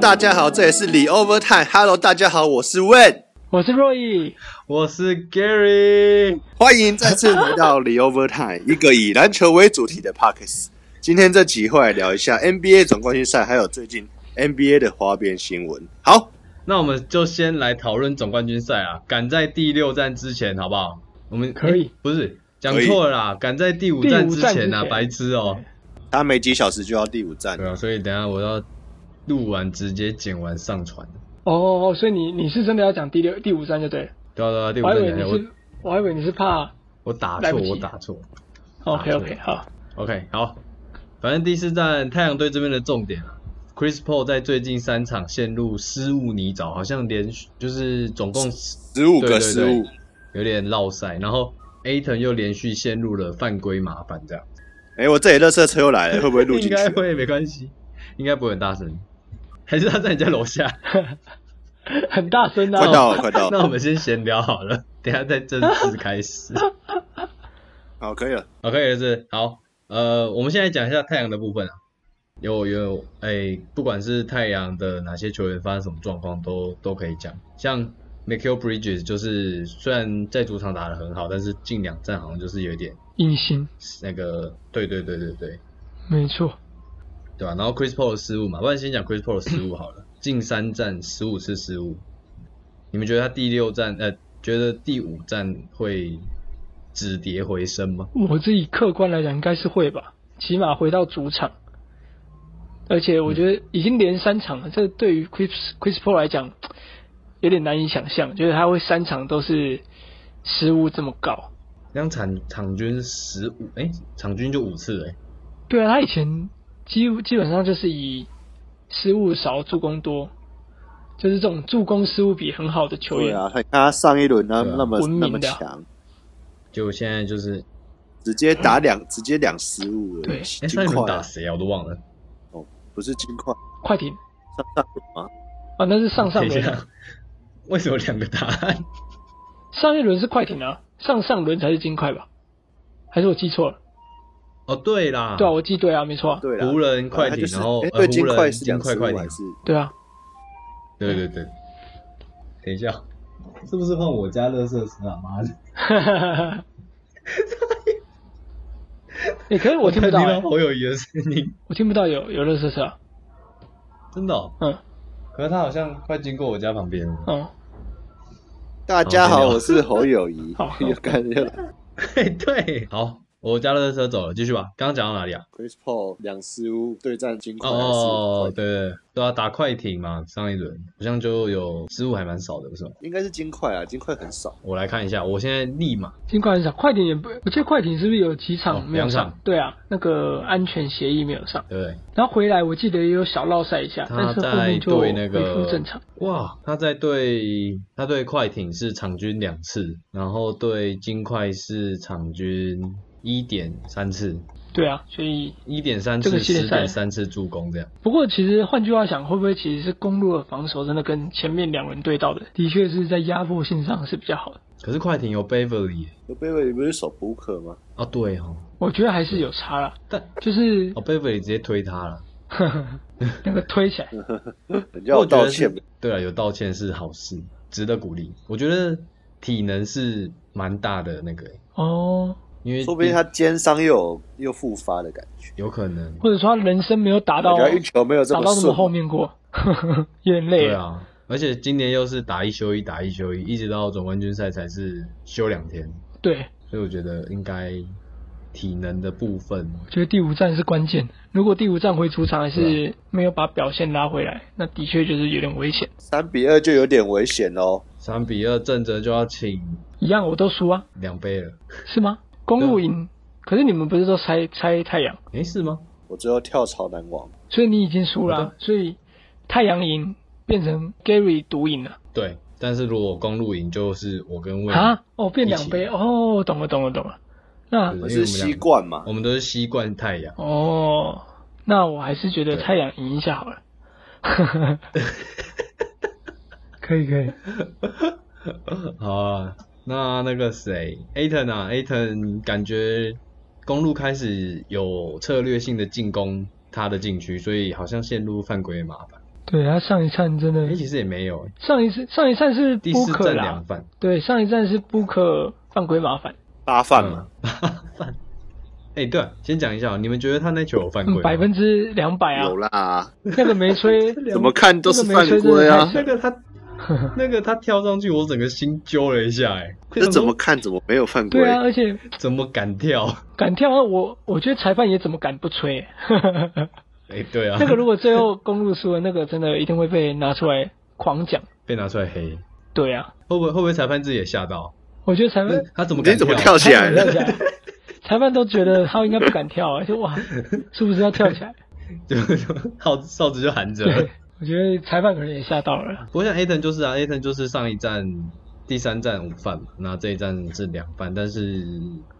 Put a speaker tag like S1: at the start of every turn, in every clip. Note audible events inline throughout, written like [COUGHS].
S1: 大家好，这里是李 Overtime。Hello，大家好，我是 Wen，
S2: 我是若意，
S3: 我是 Gary，
S1: 欢迎再次来到 [LAUGHS] 李 Overtime，一个以篮球为主题的 Pockets。今天这集会来聊一下 NBA 总冠军赛，还有最近 NBA 的花边新闻。好，
S3: 那我们就先来讨论总冠军赛啊，赶在第六站之前，好不好？我们
S2: 可以
S3: 诶不是讲错了啦，赶在第五站之
S2: 第五
S3: 前啊，
S2: 站之前
S3: 白痴哦、
S1: 他没几小时就要第五站
S3: 对，啊，所以等一下我要录完直接剪完上传。
S2: 哦，所以你你是真的要讲第六、第五站就对了，
S3: 对啊对啊，第五
S2: 我还
S3: 站
S2: 以为
S3: 等一下
S2: 你
S3: 我
S2: 是，我还以为你是怕
S3: 我打
S2: 来
S3: 错
S2: 不及
S3: 我打错。
S2: ，OK
S3: 是
S2: OK，好，
S3: OK，好，反正第四站太阳队这边的重点啊，Chris Paul 在最近三场陷入失误泥沼，好像连续就是总共
S1: 十五
S3: 对
S1: 个
S3: 对
S1: 失误，
S3: 有点落赛，然后 Aton 又连续陷入了犯规麻烦，这样
S1: 哎、我这里热车车又来
S3: [LAUGHS]
S1: 了，会不会录
S3: 应
S1: 进去
S3: 该？会没关系，应该不会很大声，还是他在你家楼下？
S2: 很大声
S1: 快到
S2: 啊，
S3: [LAUGHS]
S1: 了，快到
S3: 那
S1: 了，
S3: 我们先闲聊好了，等一下再正式
S1: [LAUGHS]
S3: 开始。
S1: 好，哦可以了。
S3: OK，儿子，好，呃，我们现在讲一下太阳的部分啊。有有，哎、不管是太阳的哪些球员发生什么状况，都都可以讲。像 m i c h a e l Bridges，就是虽然在主场打得很好，但是近两战好像就是有一点
S2: 隐形，
S3: 那个，对对对对对，
S2: 没错，
S3: 对吧、然后 Chris Paul 的失误嘛，不然先讲 Chris Paul 的失
S1: [COUGHS]
S3: 误好了。近三战十五次失误，你们觉得他第六战，呃，觉得第五战会止跌回升吗？
S2: 我自己客观来讲应该是会吧，起码回到主场，而且我
S3: 嗯
S2: 觉得已经连三场了，这对于 Chris Chris Paul 来讲有点难以想象，就是他会三场都是失误这么高，
S3: 这样场场均十五，哎，场均就五次哎、
S2: 对啊，他以前基基本上就是以失误少、助攻多，就是这种助攻失误比很好的球
S1: 对
S2: 员。
S1: 啊，他他上一轮那
S3: 对啊
S1: 那么
S2: 文明的
S1: 那么强，
S3: 就现在就是，
S1: 直接打两直接两失误了，
S2: 对
S3: 哎，
S1: 金
S3: 上一轮
S1: 块
S3: 打
S1: 啊
S3: 谁啊？我都忘了。
S1: 不是金块，
S2: 快艇
S1: 上上轮吗？
S2: 啊，那是上上
S3: [LAUGHS] 等一
S2: 轮啊、
S3: 下，为什么两个答案？
S2: 上一轮是快艇啊，上上轮才是金块吧？还是我记错了？
S3: 哦，对啦，
S2: 对啊，我记对啊，没错、啊。
S1: 对了，
S3: 湖人
S1: 反正
S3: 快
S1: 他
S3: 艇
S1: 就，是
S3: 然后
S1: 哎
S3: 呃
S1: 对
S3: 湖
S1: 金块
S3: 人
S1: 是
S3: 金
S1: 两
S3: 块
S1: 失
S3: 快
S1: 误还
S3: 艇，
S1: 是？
S2: 对啊， [LAUGHS]
S3: 对对对。等一下，是不是换我家乐色车啊？妈的！
S2: 哈哈哈。哎、可是我听不到、
S3: 看哦
S2: 欸
S3: 到，侯友谊的声 [LAUGHS] 音，
S2: 我听不到有有热色车啊。
S3: 真的、哦。
S2: 嗯
S3: 可是他好像快经过我家旁边了。
S2: 嗯，
S1: 大家
S3: 好
S1: 好，
S3: 没有
S1: 我是侯友
S3: [LAUGHS]
S1: 谊
S2: 好，
S1: 又感觉
S3: 嘿， [LAUGHS] 对，好，我家乐色车走了，继续吧。刚刚讲到哪里 [LAUGHS] 啊？
S1: Chris Paul 两失误对战金块
S3: 哦
S1: 还是
S3: 哦哦，
S1: 快
S3: 对对对啊，打快艇嘛，上一轮好像就有失误还蛮少的，不是吗？
S1: 应该是金块啊，金块很少，
S3: 我来看一下，我现在立马
S2: 金块很少，快艇也不，我记得快艇是不是有几
S3: 哦
S2: 场没有
S3: 两
S2: 上？
S3: 场
S2: 对啊，那个安全协议没有上。
S3: 对不对？
S2: 然后回来，我记得也有小落赛一下，
S3: 他
S2: 但是后
S3: 在
S2: 面就
S3: 对
S2: 恢
S3: 那
S2: 复
S3: 个
S2: 正常。
S3: 哇，他在对他对快艇是场均两次，然后对金块是场均一点三次，
S2: 对啊，所以
S3: 一点三
S2: 这
S3: 次
S2: 个系列
S3: 十
S2: 赛
S3: 点三次助攻这样。
S2: 不过其实换句话讲，会不会其实是公路的防守真的跟前面两轮对到的，的确是在压迫性上是比较好的。
S3: 可是快艇有 Beverly
S1: 有贝贝不是守补克吗？
S3: 啊，对哦，
S2: 我觉得还是有差啦，
S3: 但
S2: 就是、
S3: 哦 Beverly 直接推他了。
S2: [LAUGHS] 那个推起来，
S1: 人家有道歉
S3: 我觉得是。对啊，有道歉是好事，值得鼓励。我觉得体能是蛮大的那个欸，
S2: 哦，
S3: 因为
S1: 说不定他肩伤又有又复发的感觉，
S3: 有可能。
S2: 或者说他人生没有打
S1: 感
S2: 到
S1: 觉他运球没有这
S2: 打到那么
S1: 顺啊
S2: 后。面过， [LAUGHS] 有点累
S3: 对
S2: 了。
S3: 啊，而且今年又是打一休一，打一休一，一直到总冠军赛才是休两天，
S2: 对，
S3: 所以我觉得应该体能的部分，
S2: 我觉得第五站是关键。如果第五站回主场还
S3: 啊
S2: 是没有把表现拉回来，那的确就是有点危险。
S1: 三比二就有点危险哦。
S3: 三比二正着就要请
S2: 一样我都输啊，
S3: 两杯了。
S2: 是吗？公路
S3: 啊
S2: 赢，可是你们不是都猜猜太阳，
S3: 诶，是吗？
S1: 我最后跳槽男王，
S2: 所以你已经输了啊、
S3: 好的
S2: 所以太阳赢变成 Gary 独赢了
S3: 对，但是如果公路赢，就是我跟魏，
S2: 啊！哦，变两
S3: 一
S2: 杯
S3: 起
S2: 哦，懂了懂了懂了。那
S3: 对
S1: 我
S3: 因
S1: 是
S3: 为我们两
S1: 西
S3: 个
S1: 冠嘛
S3: 我，们都是西冠太阳。
S2: 哦，那我还是觉得
S3: 对
S2: 太阳赢一下好
S3: [LAUGHS]
S2: 了。可以可以，
S1: 嗯
S3: 好啊，那那个谁，Aton 啊，Aton 感觉公路开始有策略性的进攻他的禁区，所以好像陷入犯规的麻烦。
S2: 对他上一站真的
S3: 哎、，其实也没有、欸，
S2: 上一次上一站是
S3: 第四
S2: Booker
S3: 战
S2: 啦
S3: 两，犯，
S2: 对，上一站是 Booker 犯规麻烦，
S1: 八犯嘛，
S3: [LAUGHS] 犯。哎、对、啊，先讲一下哦，你们觉得他那球有犯规吗
S2: 嗯，百分之两百
S3: 嗯
S2: 啊
S1: 有，啦，
S2: 那个没
S3: [LAUGHS]
S2: 吹，
S1: 怎么看都是
S2: 啊那个没
S1: 犯
S2: 吹
S1: 规
S2: 真的
S1: 啊
S2: 太，
S3: 那个他
S2: [LAUGHS]
S3: 那个他跳上去，我整个心揪了一下、欸，哎，
S1: 这怎么看怎么没有犯规
S2: 对？啊，而且
S3: 怎么敢跳？
S2: 敢跳啊，我我觉得裁判也怎么敢不吹、 [LAUGHS]
S3: 哎、对啊，
S2: 那个如果最后公路输了，那个真的一定会被拿出来狂讲。
S3: 被拿出来黑，
S2: 对啊，
S3: 会不会会不会裁判自己也吓到？
S2: 我觉得裁判
S3: 嗯他怎么
S1: 你
S3: 敢
S1: 怎么跳起来
S2: 他怎么
S1: 了？
S2: 跳起来， [LAUGHS] 裁判都觉得他应该不敢跳啊，就哇，是不是要跳起来？
S3: 就就哨哨子就含
S1: 啊
S3: 着。
S2: 对，我觉得裁判可能也吓到了。
S3: 不过像 Aton 就是啊，Aton 就是上一站第三站五犯嘛，那这一站是两犯，但是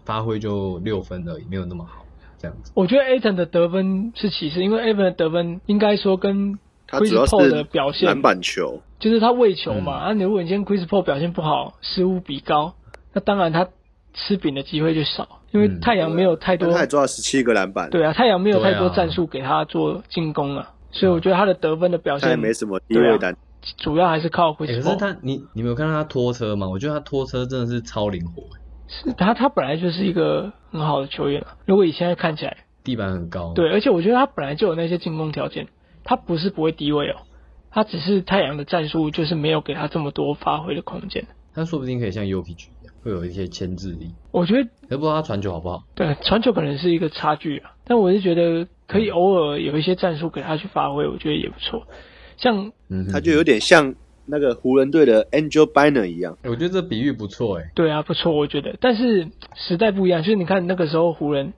S3: 发挥就六分而已，没有那么好，这样子。
S2: 我觉得 Aton 的得分是歧视，因为 Aton 的得分应该说跟
S1: 他主要
S2: Chris Paul 的表
S1: 是
S2: 现
S1: 篮板球，
S2: 就是他喂球嘛。
S3: 嗯
S2: 啊，你如果你今天 Chris Paul 表现不好，失误比高，那当然他吃饼的机会就少，因为
S3: 嗯
S2: 太阳没有太多
S1: 但他也抓了十七个篮板，
S2: 对啊，太阳没有太
S3: 对
S2: 多
S3: 啊
S2: 战术给他做进攻啊，所以我觉得他的得分的表
S1: 他也
S2: 现
S1: 没什么低
S2: 啊
S1: 位篮，
S2: 主要还是靠 c
S3: 欸
S2: h
S3: 可
S2: r
S3: 是他你你没有看到他拖车吗？我觉得他拖车真的是超灵活，欸
S2: 是他他本来就是一个很好的球员啊。如果以现在看起来，
S3: 地板很高。
S2: 对，而且我觉得他本来就有那些进攻条件，他不是不会低位哦，他只是太阳的战术就是没有给他这么多发挥的空间。
S3: 他说不定可以像 Yuki 一样，会有一些牵制力。
S2: 我觉得
S3: 也不知道他传球好不好。
S2: 对传球可能是一个差距啊，但我是觉得可以偶尔有一些战术给他去发挥，我觉得也不错。像
S3: 嗯哼，
S1: 他就有点像那个湖人队的 Angel Biner 一样，
S3: 欸我觉得这比喻不错哎、
S2: 对啊，不错，我觉得。但是时代不一样，就是你看那个时候湖人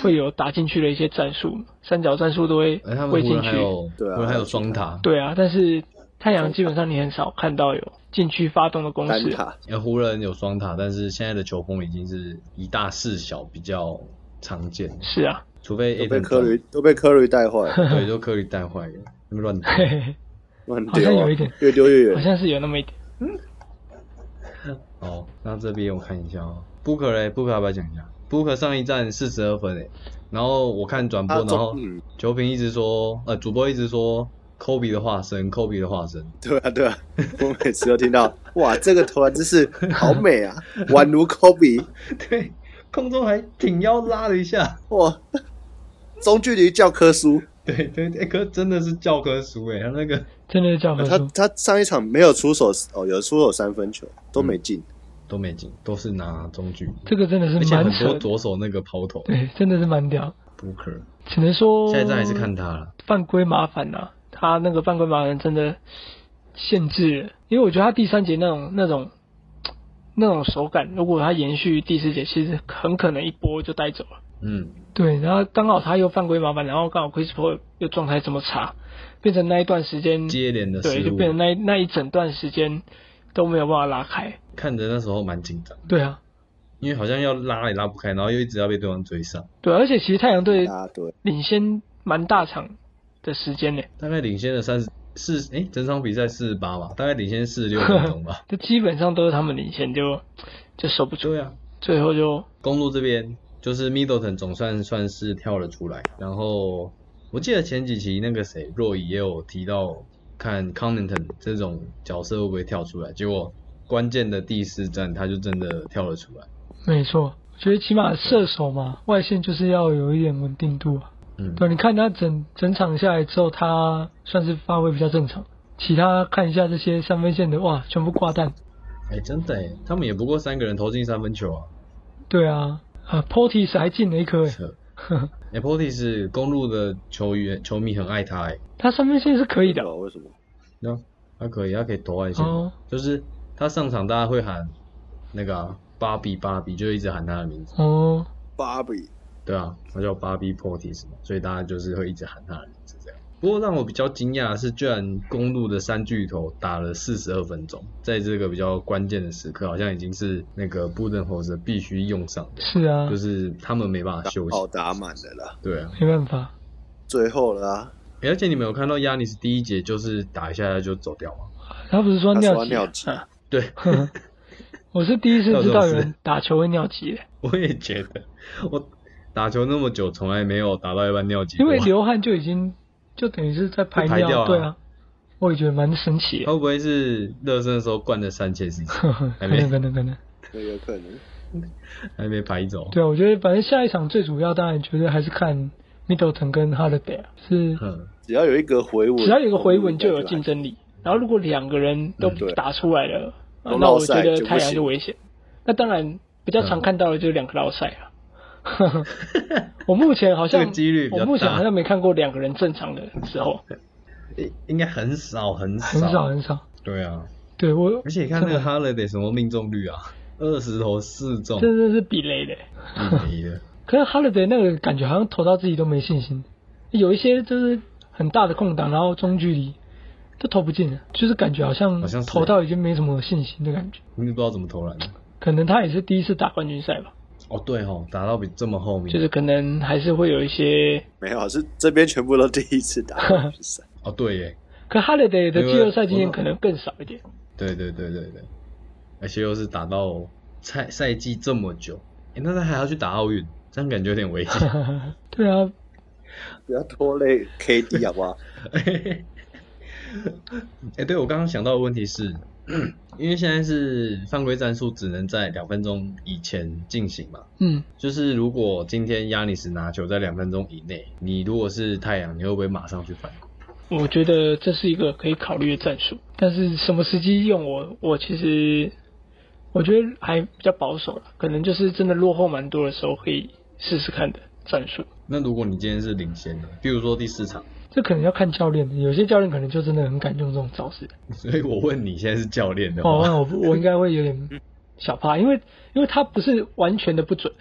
S2: 会有打进去的一些战术，三角战术都会
S3: 而哎他们
S2: 会
S3: 湖
S2: 进
S3: 人还
S2: 去。
S3: 有，
S1: 对啊
S3: 湖人还有双塔，
S2: 对啊，但是太阳基本上你很少看到有禁区发动的攻
S1: 单
S2: 势。
S1: 塔
S3: 呃，湖人有双塔，但是现在的球风已经是以大势小比较常见，
S2: 是啊，
S3: 除非
S1: 都
S3: A
S1: 被科瑞都被科瑞带坏，
S2: [LAUGHS]
S1: 了，
S3: 对，就科里带坏了，那么乱丢。
S2: 嘿嘿
S1: 乱
S2: 好像
S1: 丢啊
S2: 有一点，
S1: 越丢越
S2: [LAUGHS] 嘿好
S1: 远。
S2: 像是有那么一点。
S3: 哦，那这边我看一下哦，Booker 嘞，Booker 要不要讲一下？Booker 上一站四十二分诶，欸然后我看转播，
S1: 他嗯
S3: 然后
S1: 终于，
S3: 球评一直说，呃，主播一直说 Kobe 的化身，Kobe 的化身，
S1: 对啊对啊，我每次都听到，哇，这个投篮真是好美啊，宛如科比，
S3: [LAUGHS] 对，空中还挺腰拉了一下。
S1: 哇，中距离教科书。
S3: 对对，哎、可是真的是教科书哎，他那个
S2: 真的教
S3: 哎
S2: 科
S1: 他
S2: 书，
S1: 他上一场没有出手哦，有出手三分球都没进，
S3: 都没进，都是拿中距离，
S2: 这个真的是
S3: 而且
S2: 蛮
S3: 很
S2: 扯
S3: 多
S2: 的，
S3: 左手那个抛投
S2: 对，真的是蛮屌。
S3: ，Booker，
S2: 只能说
S3: 下一站还是看他了。
S2: 犯规麻烦呐、他那个犯规麻烦真的限制了，因为我觉得他第三节那种那种那种手感，如果他延续第四节，其实很可能一波就带走了。
S3: 嗯，
S2: 对，然后刚好他又犯规麻烦，然后刚好 Chris Paul 又状态这么差，变成那一段时间，
S3: 接连的
S2: 对，
S3: 失
S2: 就变成
S3: 误，
S2: 那一那一整段时间都没有办法拉开。
S3: 看着那时候蛮紧张，
S2: 对啊，
S3: 因为好像要拉也拉不开，然后又一直要被对方追上，
S2: 对，而且其实太阳队
S1: 啊对，
S2: 领先蛮大场的时间呢，。
S3: 大概领先了三十四，哎，整场比赛四十八吧，大概领先四十六分钟吧
S2: [LAUGHS] 就基本上都是他们领先，就就守不住，
S3: 对啊，
S2: 最后就
S3: 公路这边就是 Middleton 总算算是跳了出来，然后我记得前几期那个谁若雨也有提到，看 Connaughton 这种角色会不会跳出来，结果关键的第四站他就真的跳了出来。
S2: 没错，我觉得起码射手嘛，外线就是要有一点稳定度啊。
S3: 嗯，
S2: 对，你看他整整场下来之后，他算是发挥比较正常。其他看一下这些三分线的，哇，全部挂蛋。
S3: 哎、真的哎，他们也不过三个人投进三分球啊。
S2: 对啊，啊，Portis 还进了一颗，欸
S3: 扯
S2: 呵呵
S3: 哎、p o t i 是公路的球员，球迷很爱他哎，
S2: 他三分线是可以的
S1: 不知。道为什么？
S3: 那他可以，他可以投外线，
S2: 哦，
S3: 就是他上场大家会喊那个啊芭比芭比，就一直喊他的名字。
S2: 哦，
S1: 芭比
S3: 对啊，他叫 Bobby Portis，嘛所以大家就是会一直喊他的名字这样。不过让我比较惊讶的是，居然公路的三巨头打了四十二分钟，在这个比较关键的时刻，好像已经是那个布登侯斯必须用上
S2: [LAUGHS]
S3: 的，
S2: 是啊
S3: 就，是他们没办法休
S1: 好
S3: 息。
S1: 打满了啦，
S3: 对啊，
S2: 没办法。
S1: 最后了啊，
S3: 诶而且你们有看到亚尼斯第一节就是打一下就走掉吗？
S2: 他不是说
S1: 他
S2: 尿
S1: 说他
S2: 急
S1: 尿急
S2: 啊？
S3: 对， [LAUGHS]
S2: 呵呵我是第一次
S3: 到底
S2: 知
S3: 有
S2: 道
S3: 什么
S2: 有
S3: 事
S2: 人打球会尿急哎 [LAUGHS] 耶，
S3: 我也觉得，我打球那么久，从来没有打到一半尿急
S2: 因
S3: 过。
S2: 为流汗就已经就等于是在排
S3: 排掉啊
S2: 对啊，哦我也觉得蛮神奇耶
S3: 会不会是热身的时候灌了三千 cc，
S2: 可能可能可能，
S1: 对，有可能。
S3: 还没排走？
S2: 对啊，我觉得反正下一场最主要当然觉得还是看 Middleton 跟 Holiday 啊，是
S3: 嗯，
S1: 只要有一个回稳，
S2: 只要有一个回稳就有
S1: 进。
S2: 竞争力。然后如果两个人都
S3: 嗯
S1: 对
S2: 打出来了，啊
S1: 都
S2: 那
S1: 落
S2: 我觉
S1: 赛
S2: 得
S1: 就不
S2: 太阳就
S1: 行
S2: 危险。那当然比较常
S3: 嗯
S2: 看到的就是两个老赛
S3: [LAUGHS]
S2: 啊。我目前好像
S3: 这个几率比较
S2: 我目前
S3: 大
S2: 好像没看过两个人正常的时候，
S3: 应应该很少很少
S2: 很少很少。
S3: 对啊，
S2: 对我
S3: 而且你看那个 Holiday 什么命中率啊，二十投四中，
S2: 真的是比雷的。
S3: 没了。
S2: 可是 Holiday 那个感觉好像投到自己都没信心，有一些就是很大的空档，然后中距离都投不进了，就是感觉好像
S3: 好像是
S2: 投到已经没什么信心的感觉。
S3: 你不知道怎么投篮的。
S2: 可能他也是第一次打冠军赛吧，
S3: 哦，对哦，打到比这么后面，
S2: 就是可能还是会有一些。
S1: 没有，啊是这边全部都第一次打冠军
S2: [LAUGHS]
S1: 赛。
S3: 哦，对耶，
S2: 可 Holiday 的
S3: 因为
S2: 季后赛经验
S3: 我
S2: 可能更少一点，
S3: 对对对对对，而且又是打到赛赛季这么久，诶那他还要去打奥运，这样感觉有点危险。
S2: [LAUGHS] 对啊，
S1: 不要拖累 KD 好不好？ [LAUGHS]
S3: 哎、对我刚刚想到的问题是， [CLEARS THROAT] 因为现在是犯规战术只能在两分钟以前进行嘛，
S2: 嗯，
S3: 就是如果今天亚尼斯拿球在两分钟以内，你如果是太阳，你会不会马上去犯规？
S2: 我觉得这是一个可以考虑的战术，但是什么时机用我，我其实我觉得还比较保守了，可能就是真的落后蛮多的时候可以试试看的战术。
S3: 那如果你今天是领先的， [LAUGHS] 比如说第四场，
S2: 这可能要看教练的，有些教练可能就真的很敢用这种招式。
S3: 所以我问你现在是教练的话，
S2: 哦，那我我应该会有点小怕，因为因为他不是完全的不准，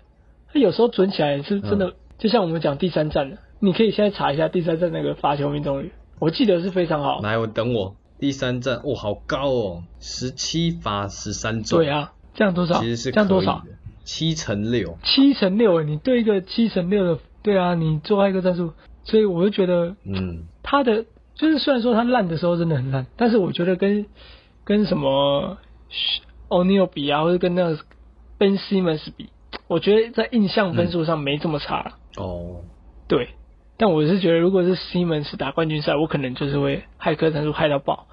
S2: 他有时候准起来是真的，
S3: 嗯
S2: 就像我们讲第三站的，你可以现在查一下第三站那个罚球命中率，我记得是非常好。
S3: 来，我等我第三站，哇、好高哦，十七罚十三中，
S2: 对，啊，这样多少？
S3: 其实是
S2: 这样多
S3: 可以
S2: 少？
S3: 的，七乘六，
S2: 七乘六，你对一个七乘六的，对啊，你做到一个战术，所以我就觉得
S3: 嗯，
S2: 他的就是虽然说他烂的时候真的很烂，但是我觉得跟跟什么欧尼尔比啊，或者跟那个 Ben Simmons 比，我觉得在印象分数上没这么差了。
S1: 嗯
S3: 哦， [LAUGHS]
S2: 对，但我是觉得如果是 Simmons 打冠军赛，我可能就是会骇客战术害到
S1: [LAUGHS]
S2: 爆。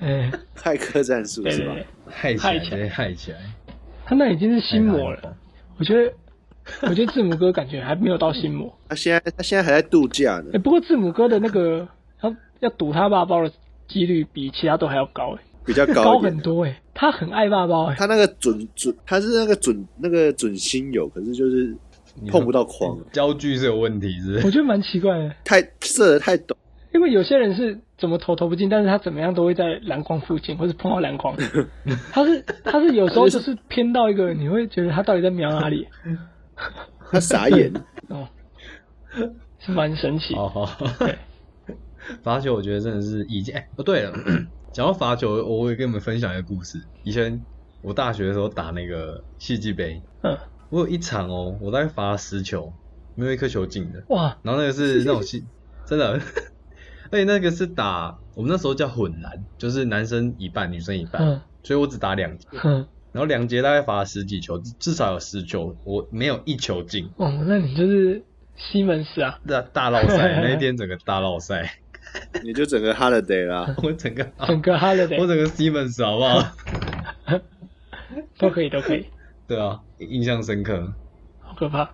S2: 哎，
S1: 骇客战术
S2: [LAUGHS] 对
S1: 是
S2: 对
S1: 吧？
S2: 对，
S3: 害起
S2: 害
S3: 来，
S2: 起
S3: 直
S2: 来
S3: 接害起来，
S2: 他那已经是心魔
S1: 哎
S3: 害他
S2: 了。我觉得，我觉得字母哥感觉还没有到心
S1: [LAUGHS]
S2: 魔。
S1: 他现在他现在还在度假呢
S2: 哎、，不过字母哥的那个要要赌他爸包的几率比其他都还要高、哎，
S1: 比较
S2: 高
S1: 高一
S2: 很
S1: 点。
S2: 多哎、他很爱爸包哎、
S1: 他那个准准，他是那个准那个准心有，可是就是
S3: 你
S1: 碰不到框，
S2: 嗯
S3: 焦距是有问题是不
S2: 我
S3: 是？
S2: 觉得蛮奇怪的，
S1: 太射的太短，
S2: 因为有些人是怎么投投不进，但是他怎么样都会在篮筐附近，或是碰到篮
S1: [LAUGHS]
S2: 筐。他是他是有时候就是偏到一个，你会觉得他到底在瞄哪里？
S1: 他傻眼。
S2: 哦，是蛮神奇的。
S1: 哦
S3: 好好，
S2: 对，
S3: 哦 [LAUGHS] 罚球我觉得真的是以前，哎哦对了， [CLEARS THROAT] 讲到罚球，我也跟你们分享一个故事。以前我大学的时候打那个戏剧杯，
S2: 嗯，
S3: 我有一场哦，我大概罚了十球，没有一颗球进的。
S2: 哇，
S3: 然后那个是那种戏，真的， [LAUGHS] 而且那个是打我们那时候叫混篮，就是男生一半，女生一半，
S2: 嗯
S3: 所以我只打两节，
S2: 哼，
S3: 然后两节大概罚了十几球，至少有十球，我没有一球进。
S2: 哦，那你就是西门斯啊，
S3: 大大闹
S2: [LAUGHS]
S3: 赛那一天整个大闹赛， [LAUGHS]
S1: 你就整个 holiday
S2: [LAUGHS]
S1: 啦，
S3: 我整个
S1: 哦
S2: 整个 Holiday
S3: 我整个 Stevens 好不好？ [LAUGHS]
S2: 都可以，都可以，
S3: 对啊，印象深刻。
S2: 好可怕。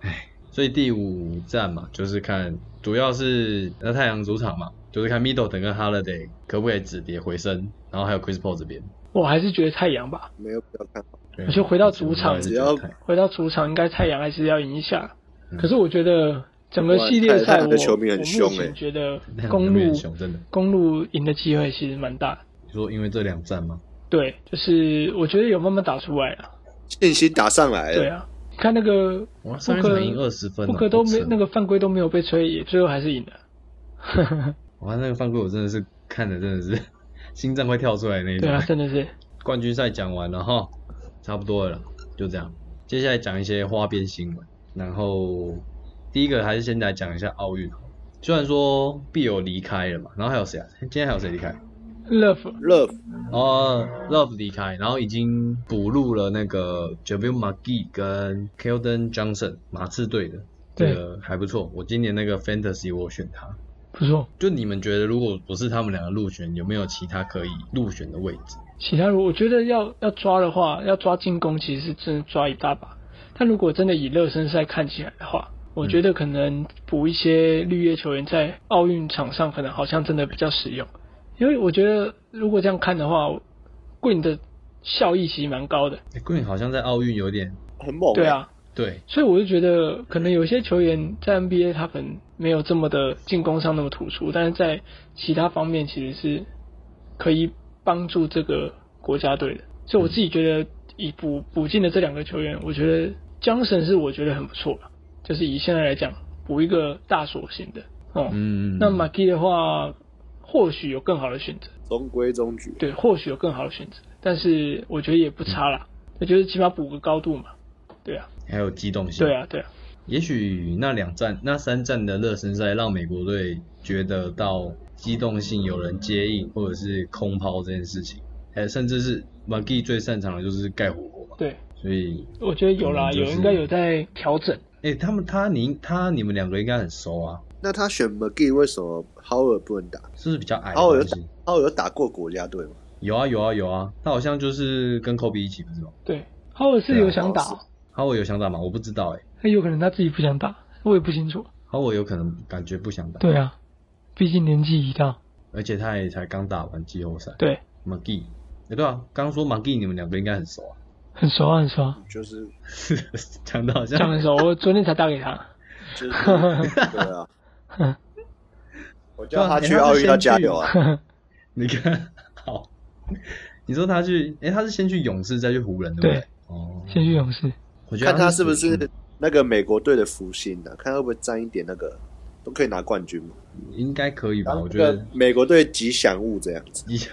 S3: 所以第五站嘛，就是看主要是那太阳主场嘛，就是看 Middleton 跟 Holiday 可不可以止跌回升，然后还有 Chris Paul 这边。
S2: 我还是觉得太阳吧，
S1: 没有不要看好。
S3: 对
S2: 我觉得回到主场
S3: 我觉得还是觉得太
S2: 回到主场，应该太阳还是要赢一下。可是我觉得整个系列
S1: 嗯哇太
S2: 赛，
S1: 太
S2: 我
S1: 阳的球迷很凶
S2: 我目前
S1: 欸
S2: 觉
S3: [LAUGHS]
S2: 得
S3: 太阳
S2: 公
S3: 那边
S2: 路
S3: 很凶，真的。
S2: 公路赢的机会其实蛮大的。
S3: 你说因为这两站吗？
S2: 对，就是我觉得有慢慢打出来了。
S1: 信心打上来
S2: 对
S1: 了，
S2: 啊，你看那个
S3: 哇，
S2: 布
S3: 上一
S2: 克
S3: 场赢二十分、哦，
S2: 布克都
S3: 好扯
S2: 没那个犯规都没有被吹，也最后还是赢了。
S3: 哇，那个犯规我真的是看的真的是心脏快跳出来那一种。
S2: 对啊，真的是
S3: [LAUGHS] 冠军赛讲完了哈，差不多了啦，就这样。接下来讲一些花边新闻，然后第一个还是先来讲一下奥运好了。虽然说必有离开了嘛，然后还有谁啊？今天还有谁离开？
S2: Love
S1: Love
S3: 哦、l o v e 离开，然后已经补录了那个 Javier McGee 跟 Keldon Johnson 马刺队的，
S2: 对
S3: 这个还不错。我今年那个 Fantasy 我有选他。
S2: 不错。
S3: 就你们觉得，如果不是他们两个入选，有没有其他可以入选的位置？
S2: 其他如我觉得要要抓的话，要抓进攻，其实是真的抓一大把。但如果真的以热身赛看起来的话，我觉得可能补一些绿叶球员在奥运场上可能好像真的比较实用，因为我觉得如果这样看的话，Green 的效益其实蛮高的。
S3: 欸、Green 好像在奥运有点
S1: 很猛、欸
S2: 对，啊，
S3: 对，
S2: 所以我就觉得可能有些球员在 NBA 他可能没有这么的进攻上那么突出，但是在其他方面其实是可以帮助这个国家队的。所以我自己觉得以补补进的这两个球员，我觉得 Johnson 是我觉得很不错了，就是以现在来讲补一个大锁型的哦。
S3: 嗯，
S2: 那 m a g i 的话，或许有更好的选择。
S1: 中规中矩。
S2: 对，或许有更好的选择，但是我觉得也不差啦，那就是起码补个高度嘛。对啊，
S3: 还有机动性，
S2: 对，啊，对啊，
S3: 也许那两站、那三站的热身赛让美国队觉得到机动性有人接应或者是空抛这件事情，还有甚至是 McGee 最擅长的就是盖火锅嘛，
S2: 对，啊
S3: 所以
S2: 我觉得有啦，
S3: 可能就
S2: 有
S3: 是
S2: 应该有在调整。
S3: 哎、他们他你他你们两个应该很熟啊，
S1: 那他选 McGee 为什么 Howard 不能打
S3: 是不是比较矮的
S1: ？Howard 有
S3: 关
S1: 打
S3: 系？
S1: ，Howard 哦有打过国家队吗？
S3: 有啊有啊有啊，他好像就是跟 Kobe 一起不是吗？
S2: 对，浩尔是有想打
S1: 对啊
S2: 哦，
S3: 哈维有想打吗？我不知道哎、
S2: 那有可能他自己不想打，我也不清楚。
S3: 哈维有可能感觉不想打，
S2: 对啊，毕竟年纪已大。
S3: 而且他也才刚打完季后赛。
S2: 对，
S3: McGee，哎、对啊，刚刚说 McGee 你们两个应该很熟啊， [LAUGHS]
S2: 很熟啊，很熟 [LAUGHS] 啊。
S1: 就是
S3: 讲的好像
S2: 讲很熟，我昨天才打给他。
S1: 就是对啊，我叫他去
S3: 对啊
S1: 奥运要加油啊！
S3: 你看好，你说他去，哎、他是先去勇士再去湖人，对不对？
S2: 对
S3: 哦，
S2: [LAUGHS] 先去勇士，
S3: 我觉得
S1: 看他是不
S3: 嗯
S1: 是那个美国队的福星呢、看会不会沾一点那个，都可以拿冠军嘛。
S3: 应该可
S2: 啊
S3: 以吧？我觉
S1: 那
S3: 得
S1: 个美国队吉祥物这样子，
S3: 一下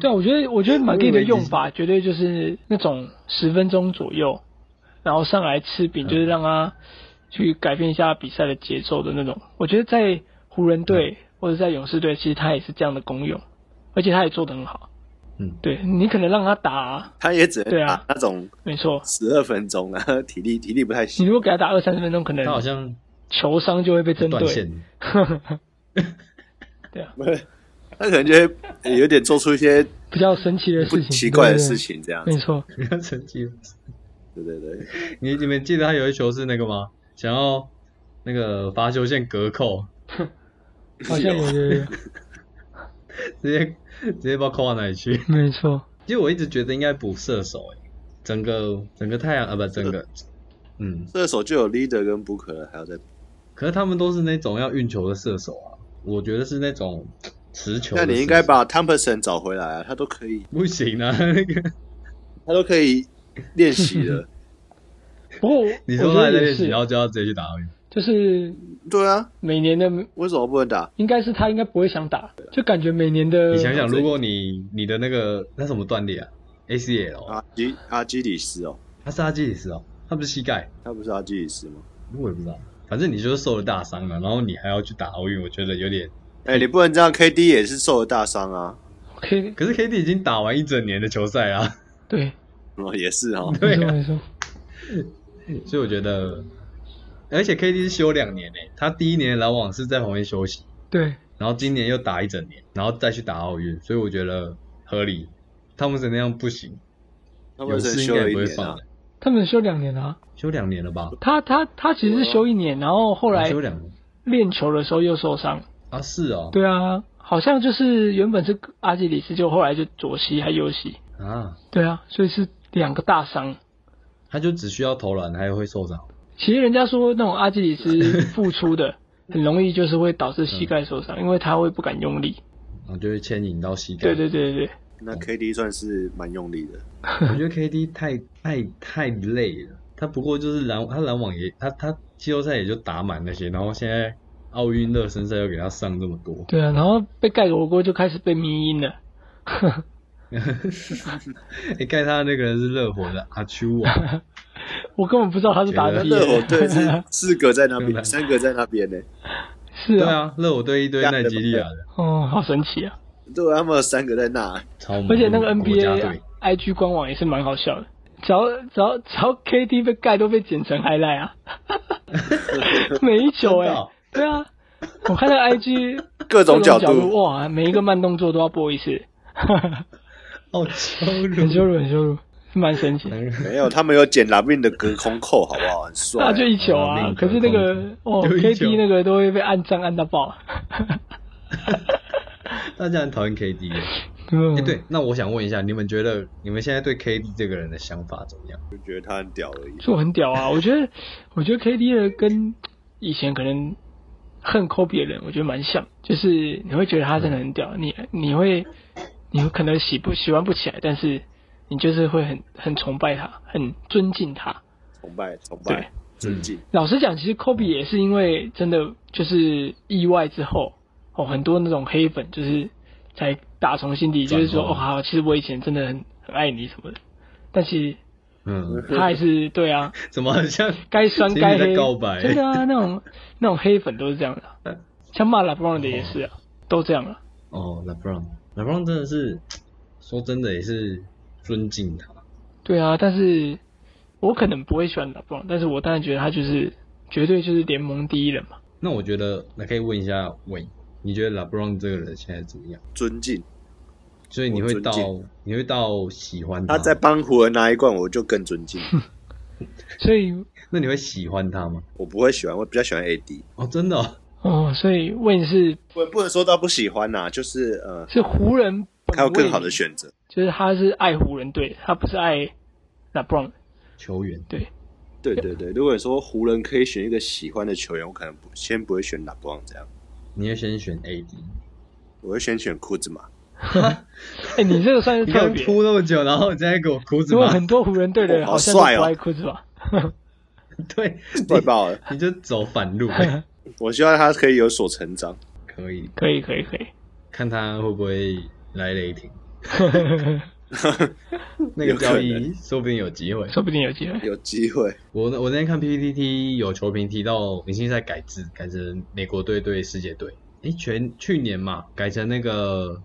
S2: 对啊，我觉得我觉得马蒂的用法绝对就是那种十分钟左右，然后上来吃
S3: 嗯
S2: 饼，就是让他去改变一下比赛的节奏的那种。我觉得在湖人
S3: 嗯
S2: 队或者在勇士队，其实他也是这样的功用，而且他也做得很好。
S3: 嗯
S2: 对你可能让他打，
S1: 他也只
S2: 对
S1: 能
S2: 啊
S1: 打那种
S2: 没错，
S1: 十二分钟啊， [LAUGHS] 体力体力不太
S2: 你
S1: 行。
S2: 如果给他打二三十分钟，可
S3: 他好
S2: 能
S3: 像
S2: 球商就会被针
S3: 断
S2: 对。
S3: 线，
S2: 对啊，
S1: 他可能就会呃有点做出一些
S2: 比较神奇的
S1: 不
S2: 事情，
S1: 奇怪的
S2: [LAUGHS] 对对对
S1: 事情，这
S3: 啊
S1: 样
S2: 没
S1: 子。
S3: [LAUGHS]
S2: 错，
S3: 不要生气了。
S1: 对对对，
S3: 你你们记得他有一球是那个吗？想要那个罚球线隔扣，
S2: 好像有有有，
S3: 啊直接直接不知道扣到哪里去。
S2: 没错。
S3: 其实我一直觉得应该补射手、欸，整个整个太阳啊，不，整个，嗯，
S1: 射手就有 leader 跟 booker 了，还有在。
S3: 可是他们都是那种要运球的射手啊，我觉得是那种持球的
S1: 那
S3: 射手。
S1: 你应该把 Thompson 找回来啊，他都可以，
S3: 不行啊， [LAUGHS] 那个
S1: 他都可以练习
S2: [LAUGHS]
S1: 了。
S2: 不过我
S3: 你
S2: 我
S3: 说
S2: 觉
S3: 他还
S2: 得也
S3: 在练习，
S2: 是
S3: 然，后就要直接去打奥运。
S2: 就是
S1: 对啊，
S2: 每年的
S1: 为什么不能打？
S2: 应该是他应该不会想打，就感觉每年的
S3: 你想想，
S1: 这
S3: 如果你你的那个那什么断裂啊，ACL，
S1: 阿基阿基里斯哦，
S3: 他是阿基里斯哦，他不是膝盖，
S1: 他不是阿基里斯吗？
S3: 我也不知道，反正你就是受了大伤了，然后你还要去打奥运，我觉得有点。
S1: 哎、你不能这样，KD 也是受了大伤啊。
S2: OK
S3: 可是 KD 已经打完一整年的球赛啊，
S2: 对，
S1: 哦，也是
S2: [LAUGHS]
S1: 哦，
S2: 没
S3: 对
S2: 错
S3: 啊，
S2: 没错，
S3: 所以我觉得，而且 KD 是休两年诶，他第一年篮网是在旁边休息，
S2: 对
S3: 然后今年又打一整年，然后再去打奥运，所以我觉得合理。汤姆森那样不行，
S1: 他
S3: 有
S1: 们
S3: 事
S1: 是
S3: 应
S1: 休
S3: 该
S1: 了
S3: 也
S1: 一
S3: 不会
S1: 年
S3: 放
S1: 啊
S3: 的，，
S2: 他们休两年啊，
S3: 休两年了吧？
S2: 他他他其实是休一年，然后后来
S3: 休两年
S2: 练球的时候又受伤，
S3: 啊？是哦，
S2: 对啊，好像就是原本是阿基里斯，就后来就左膝还右膝，
S3: 啊，
S2: 对啊，所以是两个大伤。
S3: 他就只需要投篮，还会受伤。
S2: 其实人家说那种阿基里
S3: [LAUGHS]
S2: 斯复出的很容易就是会导致膝盖受伤，因为他会不敢用力。
S3: 然后就会牵引到膝盖。
S2: 对对对对对，
S1: 那 KD 算是蛮用力的，
S3: 我觉得 KD 太太太累了，他不过就是篮他篮网也他他季后赛也就打满那些，然后现在奥运热身赛又给他上这么多，
S2: 对啊，然后被盖火锅就开始被迷晕了。
S3: 哎，盖他的那个人是热火的阿丘啊，
S2: 我根本不知道他是打
S3: 觉得
S2: NBA，
S1: 热火队是四个在那边，三个在那边呢、
S2: 是
S3: 对
S2: 啊，
S3: 啊，热火队一堆奈吉利亚的，
S2: 哦，好神奇啊！
S1: 对，他们有三个在那，
S3: 超猛
S2: 而且那个
S3: 嗯国家队
S2: NBA IG 官网也是蛮好笑的，只要只要只要 KD 被盖都被剪成 highlight
S3: [LAUGHS]
S2: 啊，每一球哎、
S3: 真的哦
S2: 对啊，我看到 IG
S1: 各种角
S2: 角
S1: 度
S2: 哇，每一个慢动作都要播一
S3: [LAUGHS]
S2: 次，
S3: 好羞
S2: 很羞
S3: 辱，
S2: 辱很羞辱，蛮神奇的。
S3: 男人
S1: 没有，他们有剪拉宾的隔空扣，好不好？很帅、
S2: 那就一球
S3: 啊
S2: 啊
S3: 另，
S2: 可是那
S3: 一
S2: 个
S3: 个
S2: 哦
S3: 就一球
S2: ，KD 那个都会被按赞按到爆。
S3: [LAUGHS] 大家很讨厌 KD 耶。
S2: 嗯
S3: 哎、对，那我想问一下，你们觉得你们现在对 KD 这个人的想法怎么样？
S1: 就觉得他很屌而已。
S2: 就很屌啊！我觉得，我觉得 KD 的跟以前可能恨 Kobe 的人，我觉得蛮像，就是你会觉得他真的很屌，你你会你会可能喜不喜欢不起来，但是你就是会很很崇拜他，很尊敬他。
S1: 崇拜、崇
S2: 对嗯
S1: 拜、尊敬，
S2: 老实讲，其实 Kobe 也是因为真的就是意外之后，哦，很多那种黑粉就是才打从心底就是说，
S3: 转
S2: 哦，
S3: 化
S2: 好，其实我以前真的很很爱你什么的，但是
S3: 嗯，
S2: 他还是对啊，
S3: 怎么很像
S2: 该酸该
S3: 其实你
S2: 黑，
S3: 在告
S2: [LAUGHS]
S3: 白
S2: 真的啊，那种那种黑粉都是这样的啊、
S3: [LAUGHS]
S2: 像骂 LeBron 的也是啊，都这样啊。
S3: 哦，LeBron，LeBron 真的是说真的也是尊敬他，
S2: 对啊，但是我可能不会喜欢 LeBron，但是我当然觉得他就是绝对就是联盟第一人嘛。
S3: 那我觉得，那可以问一下伟，你觉得 LeBron 这个人现在怎么样？
S1: 尊敬。
S3: 所以你会到
S1: 我尊
S3: 你会到喜欢
S1: 他
S3: 他？
S1: 在帮湖人拿一冠，我就更尊敬。
S2: 所以
S3: 那你会喜欢他吗？
S1: 我不会喜欢，我比较喜欢 AD。
S3: 哦，真的、哦，
S2: 哦，所以问是
S1: 不，不能说到不喜欢呐、就是呃，
S2: 是湖人本位
S1: 还有更好的选择。
S2: 就是他是爱湖人队，他不是爱 LeBron。
S3: 球员
S2: 对，
S1: 对对对，如果说湖人可以选一个喜欢的球员，我可能不先不会选拉布朗这样，
S3: 你会先选 AD。
S1: 我会先选库兹马。
S2: 哎、你这个算是
S3: 你
S2: 特
S3: 刚
S2: 别，
S3: 哭那么久，然后你现在给我哭什
S2: 因为
S3: 么？
S2: 很多湖人队的人
S1: 哦好
S2: 好像都
S1: 帅哦
S2: 不爱库兹吧。
S3: [LAUGHS] [LAUGHS] 对，
S1: 帅爆了！
S3: 你就走反 [LAUGHS] 路、欸
S1: 我希望他可以有所成长。
S3: 可以
S2: 可以可以可以， [LAUGHS]
S3: 看他会不会来雷
S1: [LAUGHS]
S3: 霆。那个
S1: 有可
S3: 交
S1: 能
S3: 易说不定有机会。
S2: 说不定有机会。
S1: 有机 [LAUGHS] 会，
S3: 我我那天看 PPT 有球评提到明星赛改制，改成美国队对世界队。诶，全去年嘛，改成那个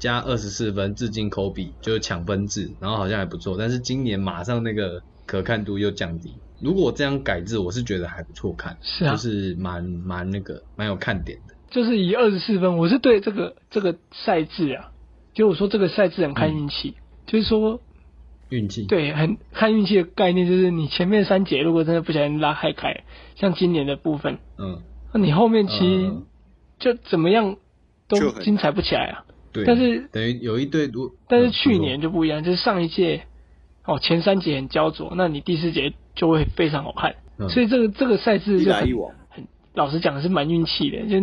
S3: 加二十四分，致敬 Kobe，就是抢分制，然后好像还不错。但是今年马上那个可看度又降低。如果这样改制，我是觉得还不错看，
S2: 是啊
S3: 就是蛮蛮那个蛮有看点的。
S2: 就是以二十四分，我是对这个这个赛制啊，就我说这个赛制很看运气，就是说
S3: 运气，
S2: 对，很看运气的概念就是你前面三节如果真的不小心拉开开，像今年的部分，
S3: 嗯，
S2: 那你后面其实
S3: 嗯
S2: 就怎么样
S1: 就
S2: 都
S1: 很
S2: 精彩不起来啊。
S3: 对。
S2: 但是
S3: 等于有一队如，
S2: 但是
S3: 嗯
S2: 去
S3: 你说
S2: 年就不一样，就是上一届哦前三节很焦灼，那你第四节就会非常好看，
S3: 嗯
S2: 所以这个这个赛制
S1: 一
S2: 就
S1: 来
S2: 很
S1: 一往，
S2: 老实讲是蛮运气的。就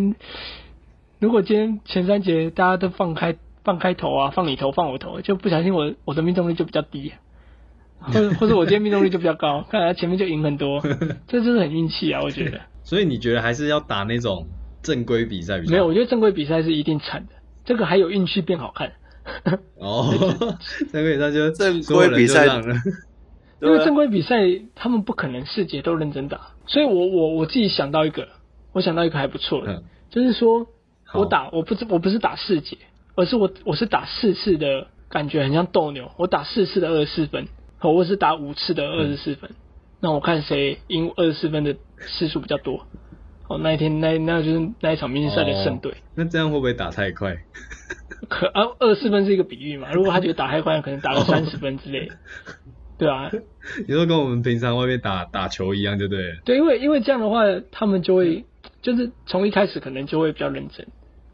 S2: 如果今天前三节大家都放开放开头啊，放你头放我头，就不小心我我的命中率就比较低、或者或者我今天命中率就比较高，看来前面就赢很多，这真的很运气啊！我觉得
S3: 所以你觉得还是要打那种正规比赛比较好
S2: 没有，我觉得正规比赛是一定惨的，这个还有运气变好看，
S3: 哦， [LAUGHS] 正规比赛就
S1: 正规
S3: 所有人就
S1: 比赛
S3: 让了 [LAUGHS]
S1: 对
S2: 因
S1: 啊
S2: 为
S1: 不
S2: 正
S1: 对？
S2: 规比赛他们不可能四节都认真打，所以我我我自己想到一个，我想到一个还不错的，
S3: 嗯
S2: 就是说
S3: 好
S2: 我打我不是我不是打四节，而是我我是打四次的感觉，很像斗牛，我打四次的二十四分，和我是打五次的二十四分，
S1: 嗯
S2: 那我看谁赢二十四分的次数比较多。哦，那一天那那就是那一场明星赛的胜队。
S1: 哦
S3: 那这样会不会打太快？
S2: 可啊，二十四分是一个比喻嘛？如果他觉得打开关，可能打到三十分
S1: [LAUGHS]
S2: 之类的，对啊，
S3: 你说跟我们平常外面打打球一样，就对了。
S2: 对，因为因为这样的话，他们就
S3: 嗯
S2: 会就是从一开始可能就会比较认真。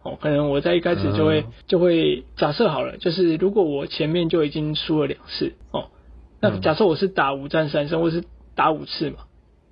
S2: 哦，可能我在一开始就会、
S3: 嗯
S2: 就会假设好了，就是如果我前面就已经输了两次哦，那
S3: 嗯
S2: 假设我是打五战三胜，或是打五次嘛，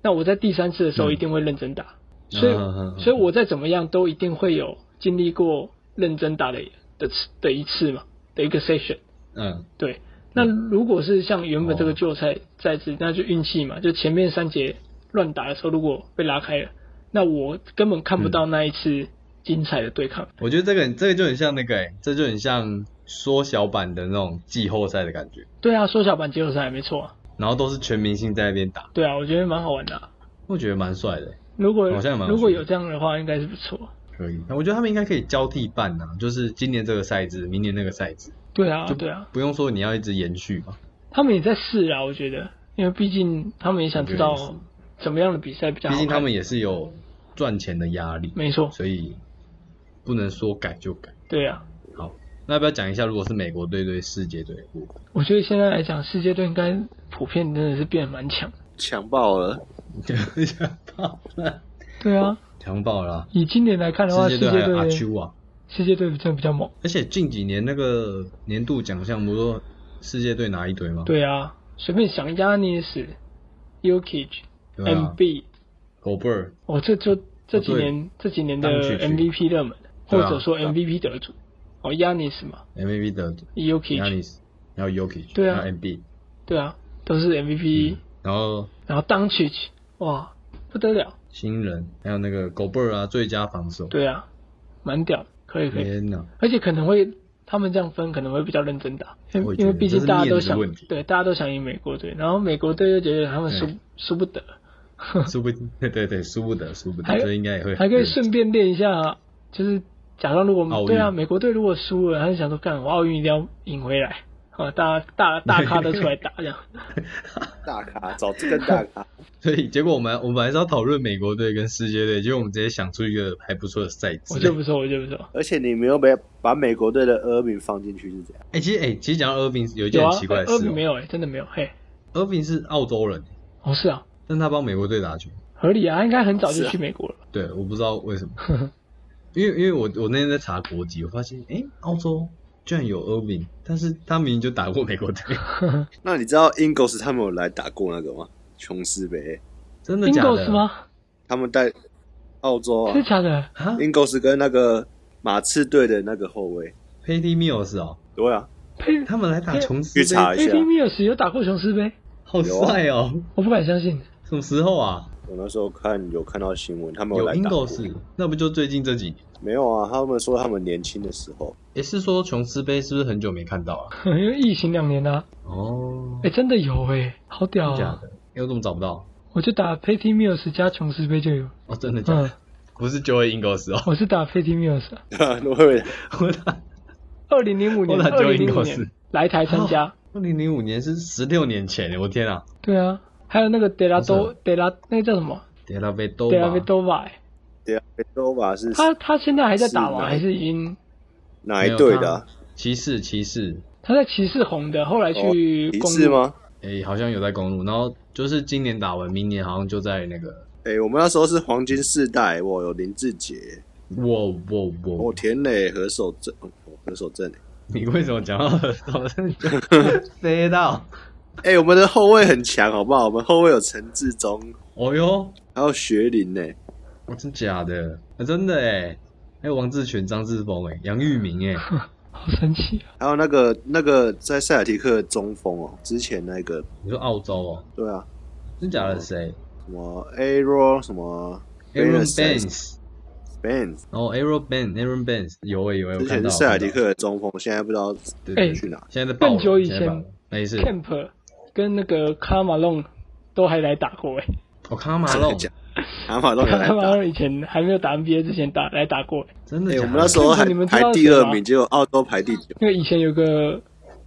S2: 那我在第三次的时候
S3: 嗯
S2: 一定会认真打，所以、
S3: 嗯嗯嗯
S2: 所以我再怎么样都一定会有经历过认真打的的次的一次嘛的一个 session。
S3: 嗯，
S2: 对，那如果是像原本这个旧菜在制，那就运气嘛，就前面三节乱打的时候，如果被拉开了，那我根本看不到那一次精彩的对抗。
S3: 我觉得这个这个就很像那个、欸，这就很像缩小版的那种季后赛的感觉，
S2: 对啊，缩小版季后赛没错、啊。
S3: 然后都是全明星在那边打，
S2: 对啊，我觉得蛮好玩的啊、
S3: 我觉得蛮帅的欸、
S2: 如果
S3: 好像蛮有趣的
S2: 如果有这样的话，应该是不错。
S3: 可以。那我觉得他们应该可以交替办呐、就是今年这个赛制，明年那个赛制，
S2: 对啊
S3: 就，
S2: 对啊，
S3: 不用说你要一直延续吧。
S2: 他们也在试啊，我觉得，因为毕竟他们也想知
S3: 我觉得
S2: 道
S3: 也是
S2: 怎么样的比赛比较好看。
S3: 毕竟他们也是有赚钱的压力，
S2: 没错，
S3: 所以不能说改就改。
S2: 对啊，
S3: 好，那要不要讲一下，如果是美国队对世界队的部分？
S2: 我觉得现在来讲，世界队应该普遍真的是变得蛮强。
S1: 强爆了，
S3: 强爆了，
S2: 对啊，
S3: [LAUGHS] 强爆了啊！
S2: 以今年来看的话，
S3: 世界
S2: 世
S3: 队还
S2: 界
S3: 有阿嗯
S2: 队
S3: 丘啊，
S2: 世界队真的比较猛。
S3: 而且近几年那个年度奖项，不是说世界队拿一堆吗？
S2: 对啊，随便想一下，涅斯、Ukage、
S3: 对啊
S2: MB，
S3: 狗贝尔，
S2: 哦，这就这几
S3: 哦对
S2: 年这几年的
S3: 当曲曲
S2: MVP 热门，或
S3: 对啊
S2: 者说 MVP 得主，哦，Yanis 嘛
S3: MVP 的
S2: ，Ukage，
S3: Yanis，然后 Yuki，
S2: 对啊
S3: 然后 MB，
S2: 对啊，都是 MVP，
S3: 然后
S2: 然后 d u n c i c 哇，不得了，
S3: 新人，还有那个狗贝尔啊，最佳防守。
S2: 对啊，蛮屌，可以可以，
S3: 天哪，
S2: 而且可能会他们这样分可能会比较认真打，因
S3: 我
S2: 为
S3: 也觉
S2: 因为
S3: 得
S2: 毕竟大家都
S3: 这是面子的
S2: 想
S3: 问题
S2: 对大家都想赢美国队，然后美国队又觉得他们输
S3: 嗯
S2: 输不得，
S3: 输不， [LAUGHS] 对对对，输不得，输不
S2: 还
S3: 得，这应该也会
S2: 还可以顺便练一下，就是假装如
S3: 奥
S2: 果
S3: 运
S2: 对啊，美国队如果输了，他就想说干我奥运一定要赢回来，啊，大家大大咖都出来打这
S3: [LAUGHS]
S2: 样，
S1: 大咖找这个大 [LAUGHS] 咖，
S3: 所以结果我们我们还是要讨论美国队跟世界队，结果我们直接想出一个还不错的赛制。
S2: 我就不说，我就不说，
S1: 而且你没有被把美国队的厄米放进去是怎样？
S3: 哎、其实哎、其实讲到 Irving 有
S2: 有
S3: 一件
S2: 啊
S3: 很奇怪的，
S2: 二
S3: 事
S2: 比
S3: 哦、
S2: 没有哎，真的没有嘿，
S3: Irving 是澳洲人，
S2: 哦是啊，
S3: 但他帮美国队打球。
S2: 合理啊，他应该很早
S1: 是
S2: 就
S1: 啊
S2: 去美国了吧，
S3: 对，我不知道为
S2: [LAUGHS]
S3: 什么，因为因为我我那天在查国籍，我发现哎、澳洲居然有 Irving，但是他明明就打过美国队，
S2: [LAUGHS]
S1: 那你知道 Ingles 他们有来打过那个吗？琼斯杯，
S3: 真的假的？
S2: Ingles？吗？
S1: 他们带澳洲啊 [LAUGHS]
S2: 真的假的？
S3: 啊
S1: ，Ingles 跟那个马刺队的那个后卫，
S3: ，Patty Mills 哦，
S1: 对啊，
S2: 佩
S3: 他们来打琼斯
S1: 去查
S3: 杯，
S1: 一下
S2: A P。Mills 有打过雄狮杯，
S3: 好帅哦、
S2: 我不敢相信， [LAUGHS]
S3: 什么时候啊？
S1: 我那时候看有看到新闻，他们
S3: 有
S1: 来打过
S3: Ingles，那不就最近这几年？
S1: 没有啊？他们说他们年轻的时候， [LAUGHS]
S3: 也是说琼斯杯是不是很久没看到啊了、
S2: 因为疫情两年啊，
S3: 哦，
S2: 哎，真的有哎，好屌
S3: 真假
S2: 啊！
S3: 的？哎，我怎么找不到？
S2: 我就打 Patty Mills 加琼斯杯就有，
S3: 哦，真的假的？
S2: 嗯，
S3: 不是 Joey Ingles 哦， [LAUGHS]
S2: 我是打 Patty Mills 啊。
S1: 我以为
S3: 我打
S2: 二零零五年，
S3: 我打
S2: 二
S3: Joe
S2: 零零五
S3: Ingles
S2: 年来台参加。
S3: 二零零五年是十六年前耶，我天啊
S2: 对啊，还有那个德拉
S3: 不
S2: 多德拉，那个叫什么？
S3: d e l a v e d o
S2: 德拉维
S3: a
S2: 多瓦欸。
S1: 对啊，贝多瓦是
S2: 他他现在还在打
S1: 是
S2: 吗？
S1: 哪
S2: 还是已经
S1: 哪一队的啊？
S3: 骑士骑士，
S2: 他在骑士红的，后来去
S1: 哦骑
S2: 公
S1: 士
S2: 路？
S1: 吗？
S3: 哎，好像有在公路，然后就是今年打完，明年好像就在那个，
S1: 哎、我们那时候是黄金世代，我有林志杰，
S3: 我我
S1: 我
S3: 我，
S1: 田磊、何守正，哦何守正。
S3: 你为什么讲到好 [LAUGHS] 像就飞到？
S1: 哎、我们的后卫很强，好不好？我们后卫有陈志忠，
S3: 哦哟，
S1: 还有学林欸呢、
S3: 哦真假的？啊真的哎，还有王志全、张志峰哎，杨玉
S2: [LAUGHS]
S3: 明哎。
S2: 好神奇啊！
S1: 还有那个那个在塞尔提克的中锋哦，之前那个
S3: 你说澳洲哦？
S1: 对啊，
S3: 真假
S1: [LAUGHS]
S3: 的谁
S1: 什么 Aero 什么
S3: ？Aaron
S1: Bayless
S3: Benz，
S1: Benz，
S3: 然后 Aaron Ben，Aaron Benz 有诶有诶，我
S1: 之
S3: 看
S1: 前
S3: 到。
S1: 是塞尔提
S3: 我看到，
S1: 克的中锋，现在不知道
S3: 对
S2: 哎
S3: 对，
S1: 去哪。
S3: 现在在爆了
S2: 更久以前
S3: 现在爆了没事。
S2: Camp 跟那个卡马隆都还来打过哎、
S3: 我哦卡马
S1: 真
S3: 龙
S1: 的，假的？阿马都有
S2: 卡
S1: 来
S2: 马
S1: 打。
S2: 隆以前还没有打 NBA 之前打来打过哎、
S3: 真的
S1: 哎、
S3: 假的？
S1: 我们那时候还
S2: 你们知道
S1: 排第
S2: 谁
S1: 二
S2: 吗
S1: 名，结果澳洲排第九。
S2: 那个以前有个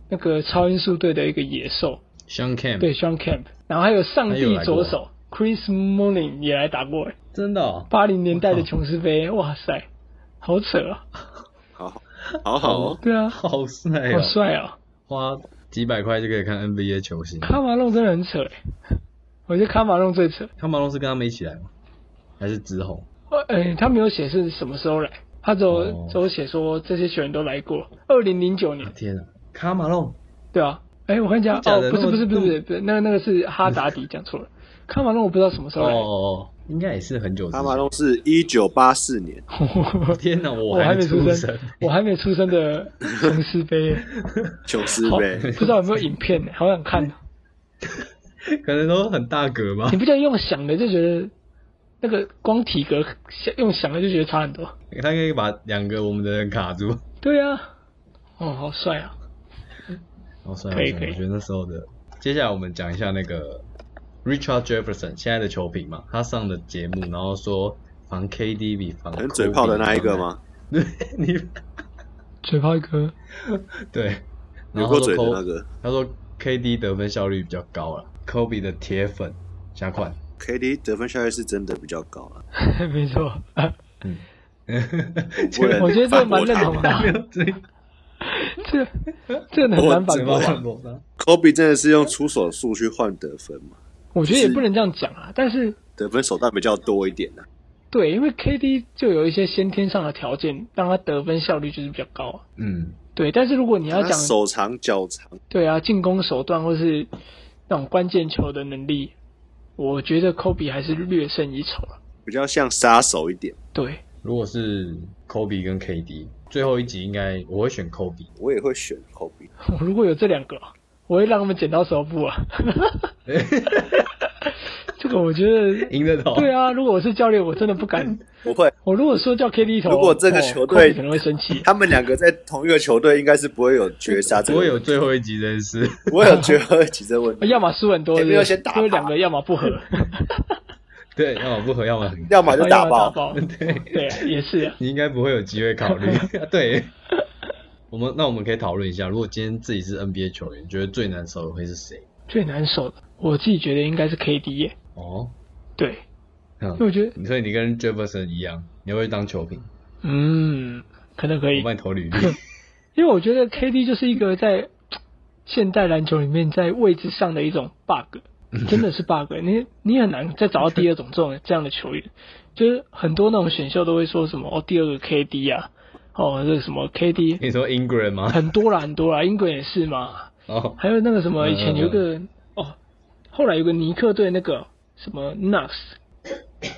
S2: 那个超音速队的一个野兽，
S3: Sean Cam，
S2: 对 s h a n Camp，然后还有上
S3: 嗯他有
S2: 帝
S3: 来过
S2: 左手 Chris Mullin 也来打过哎、
S3: 真的哦，
S2: 八零年代
S3: 我
S2: 的
S3: 靠
S2: 琼斯杯，哇塞，好扯啊！
S1: 好好好好哦，
S2: 对啊，
S3: 好帅
S2: 好
S3: 哦，
S2: 帅啊！
S3: 花几百块就可以看 NBA 球星。
S2: 卡马隆真的很扯欸，我觉得卡马隆最扯。
S3: 卡马龙是跟他们一起来吗？还是直红？
S2: 呃，哎他没有写是什么时候来，他只有、
S3: 哦
S2: 只有写说这些球员都来过，二零零九年，
S3: 天啊，卡马龙，
S2: 对啊。哎、我跟你讲，
S3: 真假的
S2: 哦，不是
S3: 那么
S2: 不是不是不是不是，那个那个是哈达迪 [LAUGHS] 讲错了，卡马隆我不知道什么时
S3: 哦
S2: 候来，
S3: 哦，哦应该也是很久之前。
S1: 阿马龙是一九八四年，
S3: 天哪，
S2: 我
S3: 我
S2: 还
S3: 还
S2: 没
S3: 没
S2: 出
S3: 出
S2: 生，我还没出生的 [LAUGHS] 琼斯
S3: [LAUGHS]
S2: 杯，
S1: 琼斯
S2: 好
S1: 杯。
S2: [LAUGHS] 不知道有没有影片，好想看哦。
S3: 可能都很大格吧
S2: [LAUGHS] 你。不觉得用想的就觉得那个光体格想用想的就觉得差很多？
S3: 他可以把两个我们的人卡住。
S2: 对啊，哦，好帅啊！
S3: 哦，算了，
S2: 可以
S3: 算
S2: 可
S3: 了
S2: 以
S3: 我觉得那时候的。接下来我们讲一下那个 Richard Jefferson 现在的球评嘛，他上的节目，然后说防 KD 比防
S1: 很嘴炮的那一个
S3: Kobe
S1: 吗？
S3: 对，你
S2: 嘴炮一颗， [LAUGHS]
S3: [LAUGHS] 对，然
S1: 有过
S3: 后他说
S1: 嘴的
S3: Kobe-
S1: 那个
S3: 他说 KD 得分效率比较高了，Kobe 的铁粉加款， [LAUGHS]
S1: KD 得分效率是真的比较高啊了，
S2: 没错，
S3: 嗯，
S1: 不能
S2: [LAUGHS] 我觉得这
S1: 反驳
S2: 蛮认
S1: 他
S2: 同 [LAUGHS] 的，
S3: 这
S2: 这这很难反驳
S1: 我
S2: 啊。
S1: 怎
S3: 反驳他？
S1: [LAUGHS] Kobe 真的是用出手数去换得分嘛？
S2: 我觉得也不能这样讲啊，但是
S1: 得分手段比较多一点呢、啊
S2: 对，因为 KD 就有一些先天上的条件，让他得分效率就是比较高啊、
S3: 嗯，
S2: 对，但是如果你要
S1: 他
S2: 讲
S1: 手长脚长，
S2: 对啊，进攻手段或是那种关键球的能力，我觉得 Kobe 还是略胜一筹了。
S1: 比较像杀手一点。
S2: 对，
S3: 如果是 Kobe 跟 KD，最后一集应该我会选 Kobe，
S1: 我也会选 Kobe，
S2: 我 [LAUGHS] 如果有这两个啊，我会让他们剪刀手
S1: [LAUGHS]
S2: 部啊。这个我觉得，
S1: 哎
S3: 赢得头。
S2: 对啊，如果我是教练，我真的不
S1: [LAUGHS]
S2: 敢。
S1: 不会，
S2: 我如果说叫 KD 投，
S1: 如果这个
S2: 哦
S1: 球队
S2: Kobe 可能会生气。
S1: 他们两个在同一个球队应该是不会有绝杀这个
S3: 不会
S1: 问
S3: 有哎
S1: 题，
S3: 最后一集真是，
S2: [LAUGHS]
S1: 不会有绝杀级这个问题，
S2: 要么输很多，
S1: 前面
S2: 对不
S1: 要
S2: 对
S1: 先打啊
S2: 因为
S1: 吧
S2: 两个要
S1: [LAUGHS]
S2: 么不合，
S3: 对，要么不合，要么很。
S1: 要么就
S2: [LAUGHS] 要
S1: 打
S2: 么打
S1: 爆。 [LAUGHS]
S2: 爆。对啊，也是啊。
S3: 你应该不会有机
S2: [LAUGHS]
S3: 会考虑。啊对，我们那我们可以讨论一下，如果今天自己是 NBA 球员，觉得最难守的会是谁？
S2: 最难守的，我自己觉得应该是 KD 耶。
S3: 哦，
S2: 对，因为
S3: 嗯，
S2: 我觉得，
S3: 所以你跟 Jefferson 一样，你会当球评，
S2: 嗯，可能可以
S3: 我，帮你投履
S2: [LAUGHS]
S3: 历。
S2: 因为我觉得 KD 就是一个在现代篮球里面在位置上的一种 bug，真的是 bug。你你很难再找到第二种这种这样的球员，就是很多那种选秀都会说什么哦，第二个 KD 啊，哦，这个什么 KD
S3: 你说 Ingram 吗？
S2: 很多啦，很多啦，英国也是嘛，
S3: 哦，
S2: 还有那个什么，以前有一个、哦，后来有个尼克队那个什么 Knox，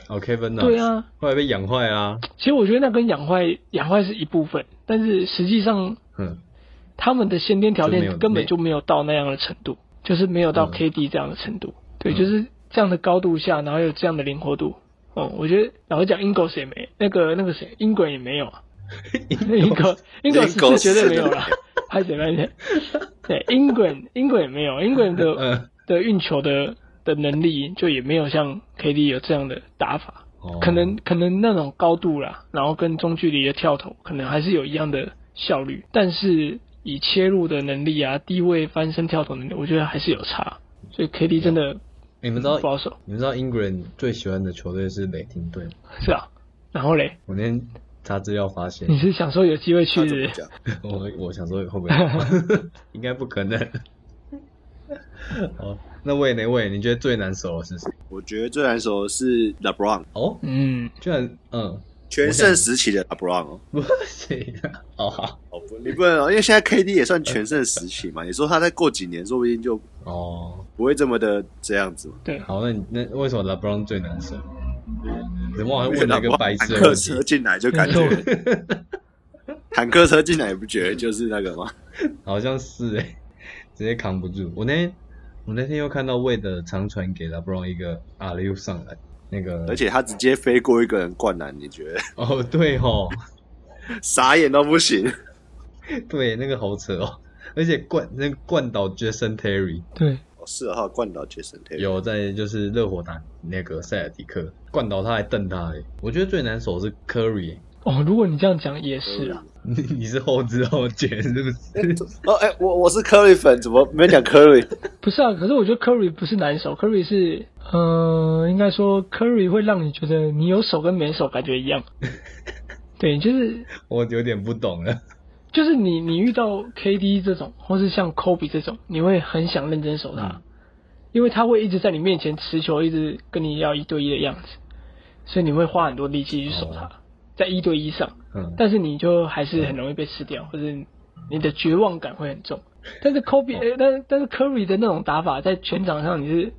S3: 哦，Kevin
S2: 对，啊，
S3: 后来被养坏啊啦。
S2: 其实我觉得那跟养坏养坏是一部分，但是实际上
S3: 嗯，
S2: [LAUGHS] 他们的先天条
S3: 就没有
S2: 件根本
S3: 没
S2: 就没有到那样的程度，就是没有到
S3: 嗯
S2: KD 这样的程度。对，
S3: 嗯
S2: 就是这样的高度下，然后有这样的灵活度。哦，我觉得老实讲，Ingles 也没那个那个谁，Ingles 也没有
S3: [LAUGHS]
S2: 啊，Ingles Ingles
S1: Ingles
S2: 是绝对没有啦，拍谁拍谁。对，Ingles Ingles 也没有，Ingles 的
S3: [LAUGHS] 嗯，
S2: 的运球的的能力就也没有像 KD 有这样的打法。
S3: 哦
S2: 可能可能那种高度啦，然后跟中距离的跳投，可能还是有一样的效率，但是以切入的能力啊、低位翻身跳投能力，我觉得还是有差。所以 KD 真的
S3: 你们知道
S2: 不，好守，
S3: 你们知道 Ingram 最喜欢的球队是雷霆队吗。
S2: 是啊。然后嘞，
S3: 我那天查资料发
S2: [LAUGHS]
S3: 现，
S2: 你是想说有机会去
S1: 他
S2: 是
S1: 怎
S2: 不
S1: 么
S2: 是？
S1: 讲？
S3: [LAUGHS] 我我想说会不会，应该不可能。好，那魏呢？魏，你觉得最难守的是谁？
S1: 我觉得最难守的是 LeBron，
S3: 哦，
S2: 嗯，
S3: 居然嗯，
S1: 全盛时期的 LeBron 哦。
S3: 不行啊！哦好
S1: 哦不，你不能哦，因为现在 KD 也算全盛时期嘛。你说他再过几年，说不定就
S3: 哦，
S1: 不会这么的这样子嘛。
S2: 对，
S3: 好，那你那为什么 LeBron 最难守？怎么好像问了一个
S1: LeBron
S3: 白痴
S1: 坦
S3: 的
S1: 克
S3: 问题
S1: 车？进来就感觉，
S3: [LAUGHS]
S1: 坦克车进来也不觉得就是那个吗？
S3: 好像是哎、直接扛不住。我那天我那天又看到魏的长传给 LeBron 一个阿溜上来，那个
S1: 而且他直接飞过一个人灌篮，你觉得 [LAUGHS]
S3: 哦对吼，
S1: 傻眼都不行。
S3: 对那个好扯哦，而且灌那个灌倒 Jason Terry。
S2: 对，
S1: 哦，是啊，他有灌倒 Jason Taylor，
S3: 有在就是热火打那个塞尔迪克，灌倒他还瞪他哎、我觉得最难守是 Curry，欸、
S2: 哦，如果你这样讲也是啊，
S3: 你你是后知后觉是不是？
S1: 哦，哎、我我是 Curry 粉，怎么没讲 Curry？
S2: 不是啊。可是我觉得 Curry 不是难守，Curry 是，呃，应该说 Curry 会让你觉得你有手跟没手感觉一
S1: [LAUGHS]
S2: 样。对，就是
S3: 我有点不懂了。
S2: 就是你你遇到 KD 这种，或是像 Kobe 这种，你会很想认真守他，
S3: 嗯
S2: 因为他会一直在你面前持球，一直跟你要一对一的样子，所以你会花很多力气去守他，
S3: 哦
S2: 在一对一上，
S3: 嗯，
S2: 但是你就还是很容易被吃掉，或者你的绝望感会很重。但是 Kobe，、
S3: 哦
S2: 呃但是但是 Curry 的那种打法，在全场上你是。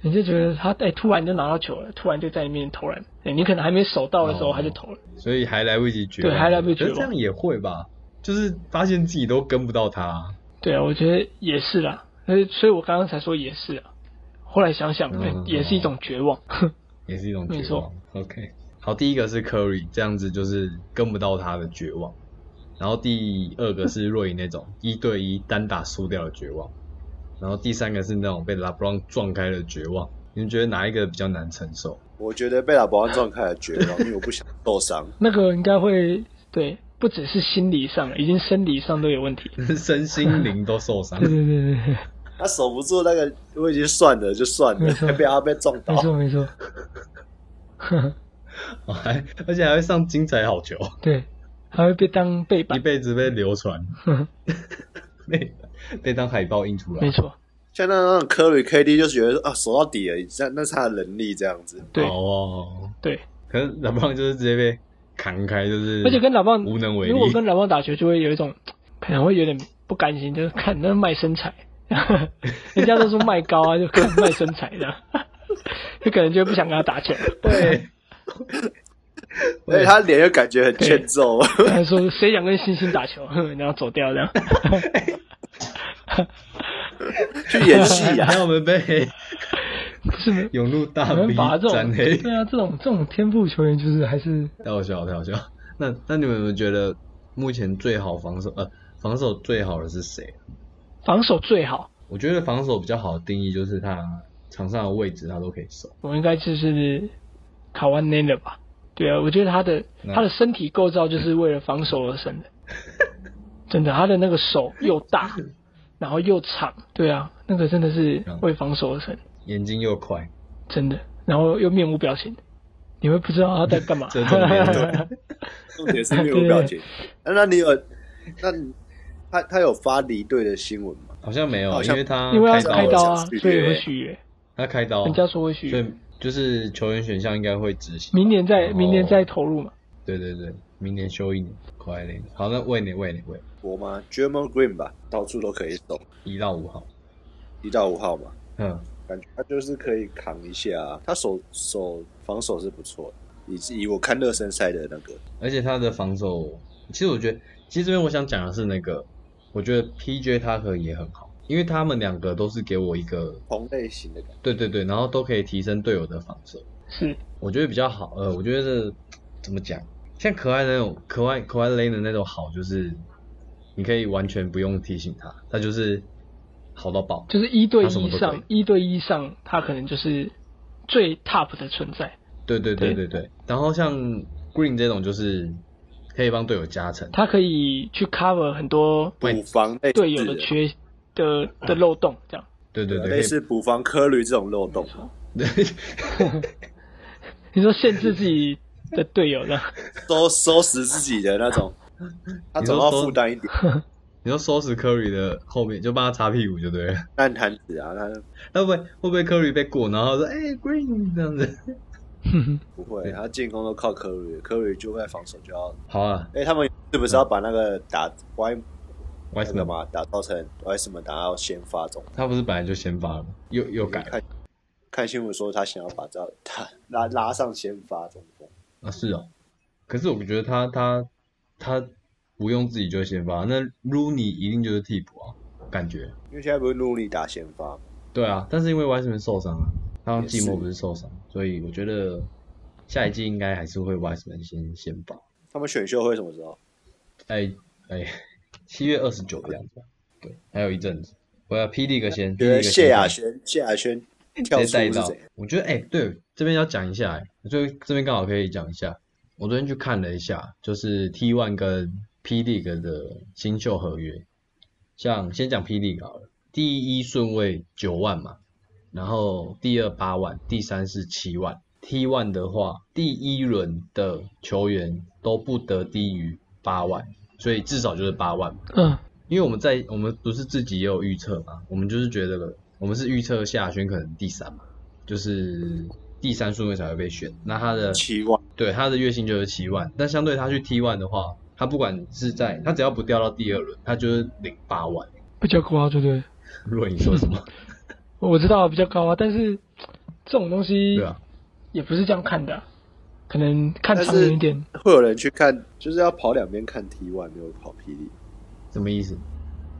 S2: 你就觉得他哎、突然就拿到球了，突然就在你面前投篮，哎、你可能还没手到的时候
S3: 哦
S2: 他就投了。
S3: 所以还来不及绝望，
S2: 对还来不及绝望
S3: 可是这样也会吧？就是发现自己都跟不到他、
S2: 对啊，我觉得也是啦。所以，所以我刚刚才说也是啊。后来想想，
S3: 嗯
S2: 哎也是一种绝望。
S3: 也是一种
S2: 没
S3: 绝望
S2: 错。
S3: OK，好，第一个是 Curry，这样子就是跟不到他的绝望。然后第二个是若隐那种 [LAUGHS] 一对一单打输掉的绝望。然后第三个是那种被 LeBron 撞开的绝望。你们觉得哪一个比较难承受？ [LAUGHS]
S1: 我觉得被打保安状态绝望，因为我不想受伤。
S2: 那个应该会对，不只是心理上，已经生理上都有问题。
S3: 身心灵都受
S2: [LAUGHS]
S3: 伤
S2: 对。对对对对，
S1: 他守不住那个，我已经算了，就算了，
S2: 没错
S1: 还被他被撞
S2: 没
S1: 倒。
S2: 错没错。
S3: 哦还而且还会上精彩
S2: [LAUGHS]
S3: 好球，
S2: [LAUGHS] 对，还会被当背
S3: 一
S2: 板，
S3: 辈子被流传， [LAUGHS] 被被当海报印出来
S2: [LAUGHS] 没。错，
S1: 像那那种科里 KD 就觉得啊，守到底了，那那是他的能力这样子。
S2: 对
S3: 好哦，
S2: 对。
S3: 可是老棒就是直接被扛开，就是
S2: 而且
S3: [LAUGHS]
S2: 跟老棒
S3: 无能为力
S2: 如果跟老棒打球，就会有一种可能会有点不甘心，就是看那卖身材， [LAUGHS] 人家都说卖高啊，就看卖身材这样， [LAUGHS] 就可能就不想跟他打球。
S3: [LAUGHS] 对，
S1: 而且他脸又感觉很欠揍，
S2: 他说谁想跟星星打球， [LAUGHS] 然后走掉这
S3: [LAUGHS]
S2: 样。
S1: 去演戏啊
S3: [LAUGHS] 然。后我们被
S2: 不是，
S3: 涌入大
S2: 我们 [LAUGHS]
S3: V
S2: 把这
S3: 沾
S2: 种
S3: 黑，
S2: 对啊，这种这种天赋球员就是还是
S3: 太好笑了，太好笑了。那那你们有没有觉得目前最好防守呃防守最好的是谁？
S2: 防守最好。
S3: 我觉得防守比较好的定义就是他场上的位置他都可以守。
S2: 我应该就是卡万内了吧？对啊，我觉得他的
S3: 嗯
S2: 他的身体构造就是为了防守而生的，
S3: [LAUGHS]
S2: 真的，他的那个手又大，然后又长，对啊，那个真的是
S3: 嗯
S2: 为防守而生，
S3: 眼睛又快，
S2: 真的，然后又面无表情，你会不知道他在干嘛。
S3: [LAUGHS] 这重点对
S1: 重点是面无表情。啊那你有那你他他有发离队的新闻吗？
S3: 好像没有，
S1: 好
S3: 因
S1: 像
S3: 为
S2: [LAUGHS]
S3: 他
S2: 因为要
S3: 开
S2: 开
S3: 刀
S2: 刀
S3: 了，哦
S2: 啊，
S1: 想续约
S2: 所以会续约。
S3: 他开刀，
S2: 人家说会续
S3: 所
S2: 约，
S3: 以就是球员选项应该会执行。
S2: 明年再
S3: 哦
S2: 明年再投入嘛。
S3: 对对对，明年休一年，快一点。好，那喂你喂你喂，
S1: 我吗 j e r m a n Green 吧，到处都可以守，
S3: 一到五号，
S1: 一到五号嘛，
S3: 嗯，
S1: 感觉他就是可以扛一下、啊。他守守防守是不错的，以以我看热身赛的那个，
S3: 而且他的防守，其实我觉得，其实这边我想讲的是那个，我觉得 PJ 他和也很好，因为他们两个都是给我一个，
S1: 同类型的感觉。
S3: 对对对，然后都可以提升队友的防守，
S2: 是，
S3: 我觉得比较好。呃，我觉得是怎么讲，像可爱的那种，可爱可爱雷的那种好，就是你可以完全不用提醒他，他就是好到爆。
S2: 就是一对
S3: 他什么
S2: 一
S3: 都可以
S2: 上，一对一上，他可能就是最 top 的存在。
S3: 对对对对
S2: 对
S3: 对。然后像 Green 这种就是可以帮队友加成，
S2: 他可以去 cover 很多
S1: 补防类似
S2: 队友的缺的的漏洞，这样。
S3: 对对对，
S1: 类似补防科驴这种漏洞，
S3: 对，
S2: 你说限制自己的队友呢？
S1: 收收拾自己的那
S2: [LAUGHS]
S1: 种，他总要负担一点
S3: 你说收拾 Curry 的后面就帮他擦屁股就对了。
S1: 烂摊子啊，他
S3: 那会不会会不会 Curry 被过，然后说哎、Green 这样子？
S1: 不会，他进攻都靠科驴，科驴就在防守就要，
S3: [LAUGHS] 好啊
S1: 哎、他们是不是要把那个打歪
S3: 为
S1: 那
S3: 什
S1: 个
S3: 么？
S1: 嘛，打造成 S 们打到先发中。
S3: 他不是本来就先发了吗，又又改了
S1: 看看新闻说他想要把这 [LAUGHS] 他拉拉上先发中锋，
S3: 啊？是哦。可是我觉得他他他不用自己就先发，那 Rooney 一定就是替补啊，感觉。
S1: 因为现在不是努力打先发吗，
S3: 对啊，但是因为 Wiseman 受伤了，他
S1: 也是
S3: 季末不是受伤，所以我觉得下一季应该还是会 Wiseman 先先发。
S1: 他们选秀会什么时候？
S3: 哎哎，七月二十九的样子吧。对，还有一阵子。我要 P 一个先，
S1: 觉
S3: P
S1: 得
S3: 一个
S1: 谢亚
S3: 先
S1: 轩，谢亚轩跳
S3: 直
S1: 出
S3: 接
S1: 是怎
S3: 带到
S1: 样？。
S3: 我觉得哎、对，这边要讲一下、哎，我就这边刚好可以讲一下。我昨天去看了一下，就是 T One 跟 P League 的新秀合约，像先讲 P League 好了，第一顺位九万嘛，然后第二八万，第三是七万。T one 的话，第一轮的球员都不得低于八万，所以至少就是八万嘛
S2: 嗯，
S3: 因为我们在我们不是自己也有预测嘛，我们就是觉得我们是预测夏轩可能第三嘛，就是第三顺位才会被选。那他的
S1: 期望
S3: 对他的月薪就是七万，但相对他去 T one 的话，他不管是在他只要不掉到第二轮，他就是领八万。
S2: 比较高啊，对不对？
S3: 若你说什
S2: [LAUGHS]
S3: 么？
S2: 我知道啊比较高啊，但是这种东西
S3: 对啊，
S2: 也不是这样看的啊、可能看
S1: 但
S2: 长
S1: 是
S2: 远一点。
S1: 会有人去看，就是要跑两边看 T one，没有跑霹雳，
S3: 什么意思？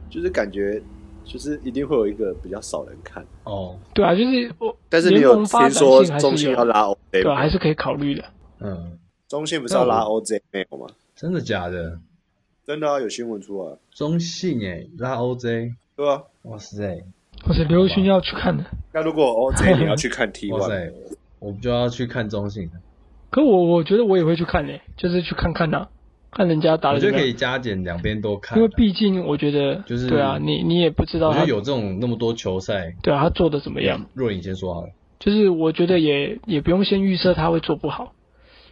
S1: 就是感觉就是一定会有一个比较少人看。
S3: 哦，
S2: 对啊，就是我
S1: 但是你
S2: 联
S1: 有
S2: 盟发
S1: 听
S2: 展
S1: 说
S2: 性还
S1: 中
S2: 是
S1: 信
S2: 有
S1: 要
S2: 的，
S1: 拉 OJ
S2: 对
S1: 吗？
S2: 啊，还是可啊以考虑的。
S3: 嗯，
S1: 中信不是要拉 OJ 没有吗？
S3: 真的假的？
S1: 真的啊，有新闻出来。
S3: 中信哎、拉 OJ，
S1: 对啊，
S3: 哇塞，
S2: 或者刘宇勋要去看的， [LAUGHS]
S1: 那如果 OJ 你要去看 T
S3: 哇
S1: one，
S3: 塞，我们就要去看中信了。
S2: 可我我觉得我也会去看诶、就是去看看呐、看人家打
S3: 我
S2: 的
S3: 觉
S2: 怎
S3: 得
S2: 么
S3: 可
S2: 样。
S3: 以加减两边都看
S2: 因
S3: 啊、
S2: 为毕竟我觉得，
S3: 就是
S2: 对啊，你你也不知道
S3: 我觉
S2: 他
S3: 得有这种那么多球赛，
S2: 对啊他做的怎么样。
S3: 若隐先说好了。
S2: 就是我觉得也也不用先预测他会做不好，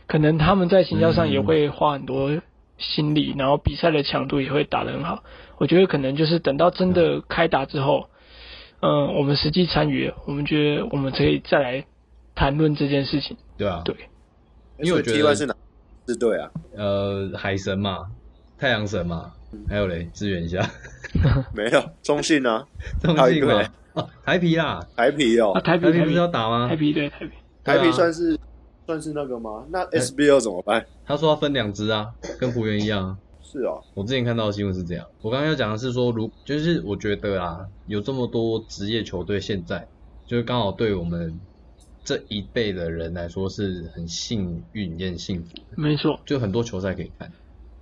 S2: 可能他们在行销上也会花很多心力，然后比赛的强度也会打得很好。我觉得可能就是等到真的开打之后，嗯，我们实际参与了，我们觉得我们可以再来谈论这件事情。
S3: 对啊，
S2: 对，
S3: 因为我觉得
S1: T one 是哪是对啊？
S3: 呃，海神嘛，太阳神嘛，还有嘞，支援一下
S1: 没有中信啊，
S3: 中
S1: [LAUGHS] 还有一
S3: 信
S1: 个
S3: 嘛
S1: 嘞，
S3: 哦，台皮啦，
S1: 台啤
S2: 啊，
S1: 哦，
S2: 台
S3: 台
S2: 北
S3: 皮
S2: 台
S3: 不是要
S2: 北
S3: 打吗
S2: 台？北对台北，
S1: 台
S3: 对
S1: 啤
S3: 啊
S1: 算是算是那个吗？那 SBL 怎么办？
S3: 他说要分两支啊，跟湖人一样啊。
S1: 是哦，
S3: 我之前看到的新闻是这样，我刚刚要讲的是说，如就是我觉得啊，有这么多职业球队现在，就是刚好对我们这一辈的人来说是很幸运也很幸福，
S2: 没错，
S3: 就很多球赛可以看。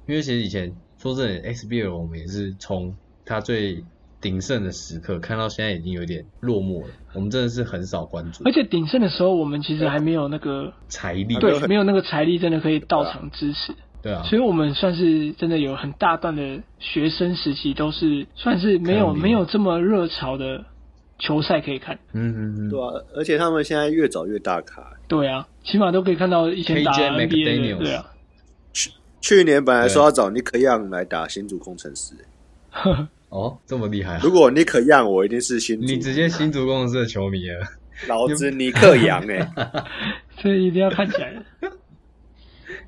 S3: 因为其实以前说真的，XBL 我们也是从它最鼎盛的时刻看到现在已经有点落寞了，我们真的是很少关注
S2: 而且鼎盛的时候，我们其实还没有那个
S3: 财力，
S1: 没有
S2: 对，
S1: 很
S2: 没有那个财力真的可以到场支持。
S3: 对啊，
S2: 所以我们算是真的有很大段的学生时期都是算是没有
S3: 看你
S2: 没有这么热潮的球赛可以看。
S3: 嗯嗯嗯
S1: 对，啊，而且他们现在越找越大咖。
S2: 对啊，起码都可以看到以前打
S3: KJ
S2: NBA
S3: McDaniels
S2: 的，对啊， [LAUGHS]
S1: 去年本来说要找 Nick Young 来打新竹工程 [LAUGHS] 师，
S3: 哦，这么厉害啊！
S1: 如果 Nick Young，我一定是新
S3: 你
S1: 竹
S3: 直接新竹公司的球迷了。 [LAUGHS]
S1: 老子尼克杨 [LAUGHS] 哎，
S2: 这一定要看起来
S3: [LAUGHS]
S2: 的。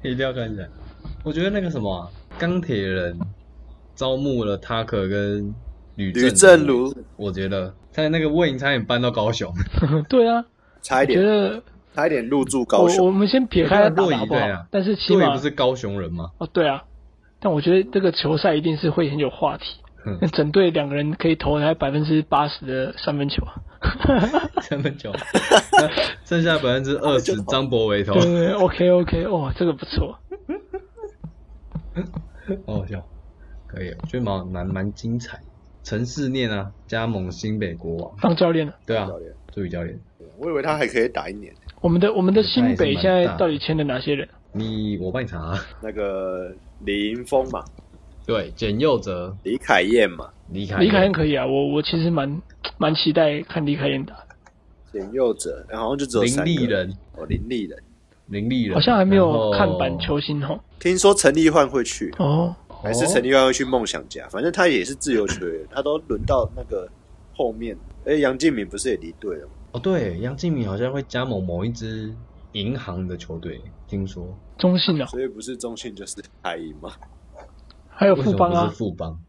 S3: 一定要看起来。我觉得那个什么啊、钢铁人招募了塔克跟吕
S1: 吕
S3: 正
S1: 正如
S3: 我觉得在那个魏营差点搬到高雄，
S2: 对啊，
S1: 差一
S2: 觉
S1: 点
S2: 得
S1: 差一点入驻高
S2: 我
S1: 雄，
S2: 我们先撇开他打
S3: 洛
S2: 得
S3: 伊
S2: 好不
S3: 队
S2: 好
S3: 啊，，
S2: 但是起
S3: 洛伊
S2: 码
S3: 不是高雄人吗？
S2: 哦对啊，但我觉得这个球赛一定是会很有话题
S3: 嗯。
S2: 那整队两个人可以投来百分之八十的三分球啊！
S3: [LAUGHS] 三分球，那剩下百分之二十张博维投
S2: 对，对对，OK OK，哇，这个不错。
S3: 好哦好笑。可以，我觉得蛮蛮蛮精彩。陈世念啊，加盟新北国王，
S2: 当教练了，
S3: 对啊
S1: 教，练，
S3: 助理教练。
S1: 我以为他还可以打一年。
S2: 我们的我们的
S3: 那也
S2: 新
S3: 是
S2: 北
S3: 蛮
S2: 现在
S3: 大的
S2: 到底签了哪些人？
S3: 你我帮你查、啊，
S1: 那个李云峰嘛，
S3: 对，简佑哲、
S1: 李凯燕嘛，
S3: 李凯
S2: 李凯
S3: 燕
S2: 燕可以啊，我我其实蛮蛮期待看李凯燕打，
S1: 简佑哲，然后好像就只有
S3: 林
S1: 三
S3: 立
S1: 个
S3: 人，
S1: 哦，林立人。
S3: 林立人，
S2: 好像还没有
S3: 啊然后
S2: 看板球星吼。
S1: 听说陈立焕会去，
S2: 哦，
S1: 还是陈立焕会去梦想家，反正他也是自由球
S2: [COUGHS]
S1: 员，他都轮到那个后面。哎，杨敬敏不是也离队了吗？
S3: 哦，对，杨敬敏好像会加盟某一支银行的球队，听说。
S2: 中信啊，
S1: 所以不是中信就是台银嘛，
S2: 还有
S3: 为什
S2: 富
S3: 么
S2: 邦
S3: 不
S2: 啊
S3: 是，富邦？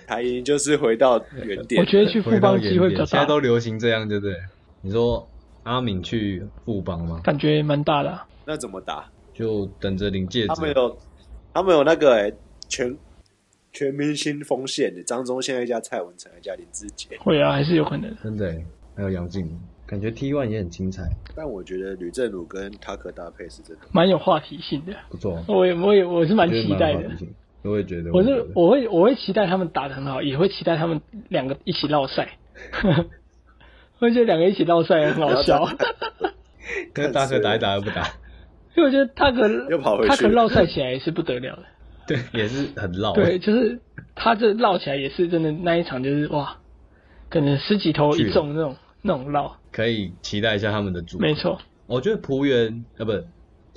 S1: [LAUGHS] 台银就是回到原点。
S2: 我觉得去富
S3: 回到
S2: 邦
S3: 原
S2: 机会比
S3: 点
S2: 较
S3: 现在
S2: 大，
S3: 都流行这样，对不对？你说阿敏去富邦吗？
S2: 感觉蛮大的啊、
S1: 那怎么打？
S3: 就等着领戒
S1: 他们
S3: 指。
S1: 有他们有那个、欸、全全明星锋线的张忠宪一家、蔡文成一家、林志杰，
S2: 会啊，还是有可能。
S3: 真的耶，还有杨敬敏，感觉 T one 也很精彩，
S1: 但我觉得吕正儒跟塔克搭配是真的。
S2: 蛮有话题性的。
S3: 不错，
S2: 我也我也我是蛮
S3: 觉得
S2: 期待
S3: 好
S2: 的。
S3: 听。我也觉得，
S2: 我
S3: 也
S2: 是
S3: 觉得
S2: 我会我会期待他们打得很好，也会期待他们两个一起绕赛。 [LAUGHS] 我觉得两个一起绕赛很好笑，
S3: 可是大哥打一打又不
S2: [LAUGHS]
S3: 打，
S2: 因为我觉得他可
S1: 又跑回去
S2: 他可绕赛起来也是不得了的。
S3: 对，也是很绕。
S2: 对，就是他这绕起来也是真的，那一场就是哇，可能十几头一中那种那种绕，
S3: 可以期待一下他们的主。
S2: 没错，
S3: 我觉得浦原啊，不，现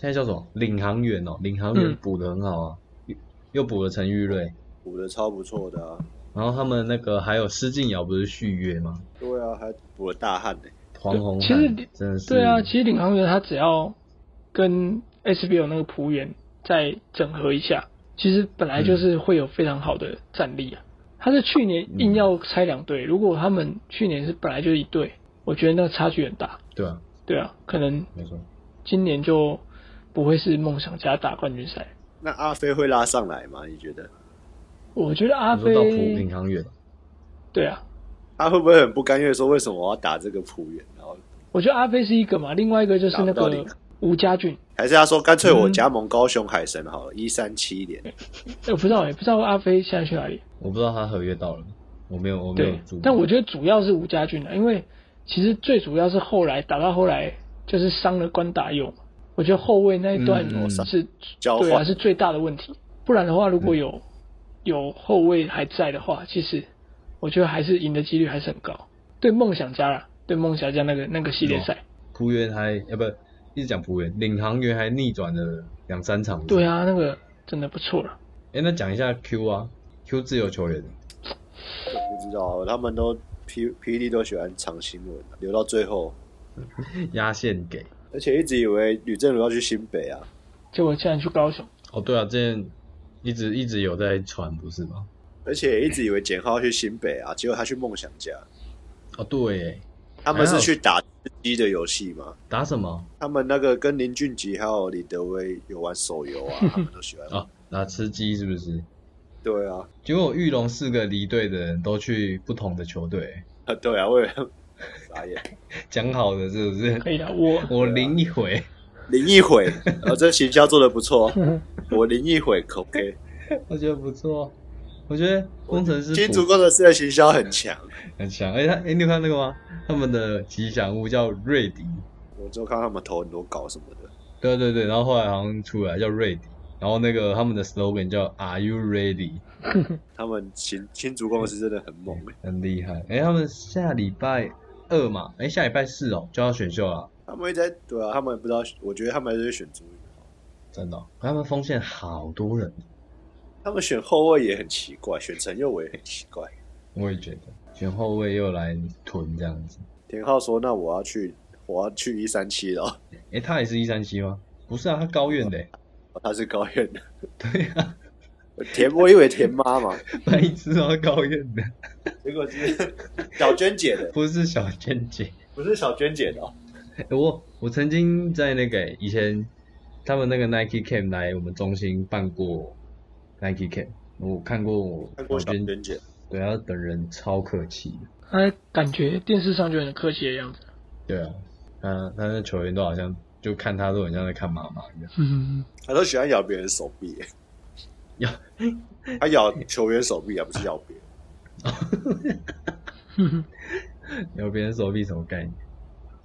S3: 在叫什么领航员哦，领航员
S2: 嗯
S3: 补的很好啊，又又补了陈玉瑞，
S1: 补的超不错的啊，
S3: 然后他们那个还有施晋尧不是续约吗？
S1: 对啊，还补了大汉呢、
S3: 黄宏
S2: 其
S3: 汉
S2: 实
S3: 真的是
S2: 对啊，其实领航员他只要跟 SBL 那个浦原再整合一下，其实本来就是会有非常好的战力啊。他是去年硬要拆两
S1: 嗯
S2: 队，如果他们去年是本来就一队，我觉得那个差距很大。
S3: 对啊，
S2: 对啊，可能
S3: 没错，
S2: 今年就不会是梦想家打冠军赛。
S1: 那阿飞会拉上来吗？你觉得
S2: 我觉得阿
S3: 你说到浦
S2: 飞
S3: 领航员，
S2: 对啊，
S1: 他会不会很不甘愿说为什么我要打这个浦原？然后
S2: 我觉得阿飞是一个嘛，另外一个就是
S1: 打不
S2: 那
S1: 到
S2: 个
S1: 你
S2: 吴家俊，
S1: 还是他说干脆我加盟高雄海神好了，一三七年。
S2: 哎我不知道也不知道阿飞现在去哪里。
S3: 我不知道他合约到了，我没有我没有
S2: 对
S3: 注意，
S2: 但我觉得主要是吴家俊啊，因为其实最主要是后来打到后来，就是伤了关达佑嘛。我觉得后卫那一段
S3: 嗯嗯
S2: 是、
S1: 交
S2: 对啊
S1: 换
S2: 是最大的问题。不然的话，如果有、
S3: 嗯
S2: 有后卫还在的话，其实我觉得还是赢的几率还是很高。对梦想家啦，对梦想家那个那个系列赛，
S3: 浦原还呃不一直讲浦原，领航员还逆转了两三场。
S2: 对
S3: 啊，
S2: 啊，那个真的不错了。
S3: 哎、那讲一下 Q 啊，Q 自由球员，
S1: 不知道，他们都 P P E D 都喜欢藏新闻，留到最后，
S3: 压线给。
S1: 而且一直以为吕正如要去新北啊，
S2: 结果竟然去高雄，
S3: 哦，对啊，之前一直一直有在传，不是吗？
S1: 而且一直以为简浩要去新北啊，结果他去梦想家。
S3: 哦，对耶，
S1: 他们是去打吃鸡的游戏吗？
S3: 打什么？
S1: 他们那个跟林俊杰还有李德威有玩手游啊，他们都喜欢玩。
S3: 啊，打吃鸡是不是？
S1: 对啊， [LAUGHS]
S3: 结果玉龙四个离队的人都去不同的球队，
S1: 啊对啊，我也傻眼。
S3: 讲好的是不是？
S2: 可以啊， [LAUGHS] 我
S3: 我零一回，
S1: 林奕悔，啊，这行销做的不错，我林奕悔可 OK。
S3: 我觉得不错。啊我觉得 [LAUGHS] 工程师
S1: 新
S3: 补
S1: 竹工程师的行销很强，
S3: 很强，而且他哎、你有看那个吗？他们的吉祥物叫瑞迪，
S1: 我就看他们投很多稿什么的。
S3: 对对对，然后后来好像出来叫瑞迪，然后那个他们的 slogan 叫 Are you ready？
S1: 他们新新竹公司真的很猛、欸
S3: 很厉害。哎、他们下礼拜二嘛，哎、下礼拜四哦就要选秀了，
S1: 他们一直在对啊，他们也不知道，我觉得他们还是选主
S3: 真的哦、他们锋线好多人，
S1: 他们选后卫也很奇怪，选陈佑伟也很奇怪。
S3: 我也觉得选后卫又来囤这样子。
S1: 田浩说：“那我要去，我要去一三七了。”
S3: 哎、他也是一三七吗？不是啊，他高院的、
S1: 他是高院的，
S3: 对啊，
S1: 田我以为田妈嘛，
S3: 白痴啊，高院的，
S1: 结果是 [LAUGHS] 小娟姐的，
S3: 不是小娟姐。
S1: 不是小娟姐的、哦。
S3: 欸我我曾经在那个以前他们那个 Nike Camp 来我们中心办过 Nike Camp，我看过
S1: 看过小
S3: 娟，
S1: 娟姐，
S3: 对，他等人超客气的，
S2: 他感觉电视上就很客气的样子。
S3: 对啊，他他那球员都好像就看他都很像在看妈妈一样， [LAUGHS]
S2: 嗯，
S1: 她都喜欢咬别人手臂耶， [LAUGHS]
S3: 咬
S1: 她咬球员手臂啊，不是咬别
S2: [LAUGHS]
S1: 人。
S2: 嗯
S3: 有别人手臂什么概念？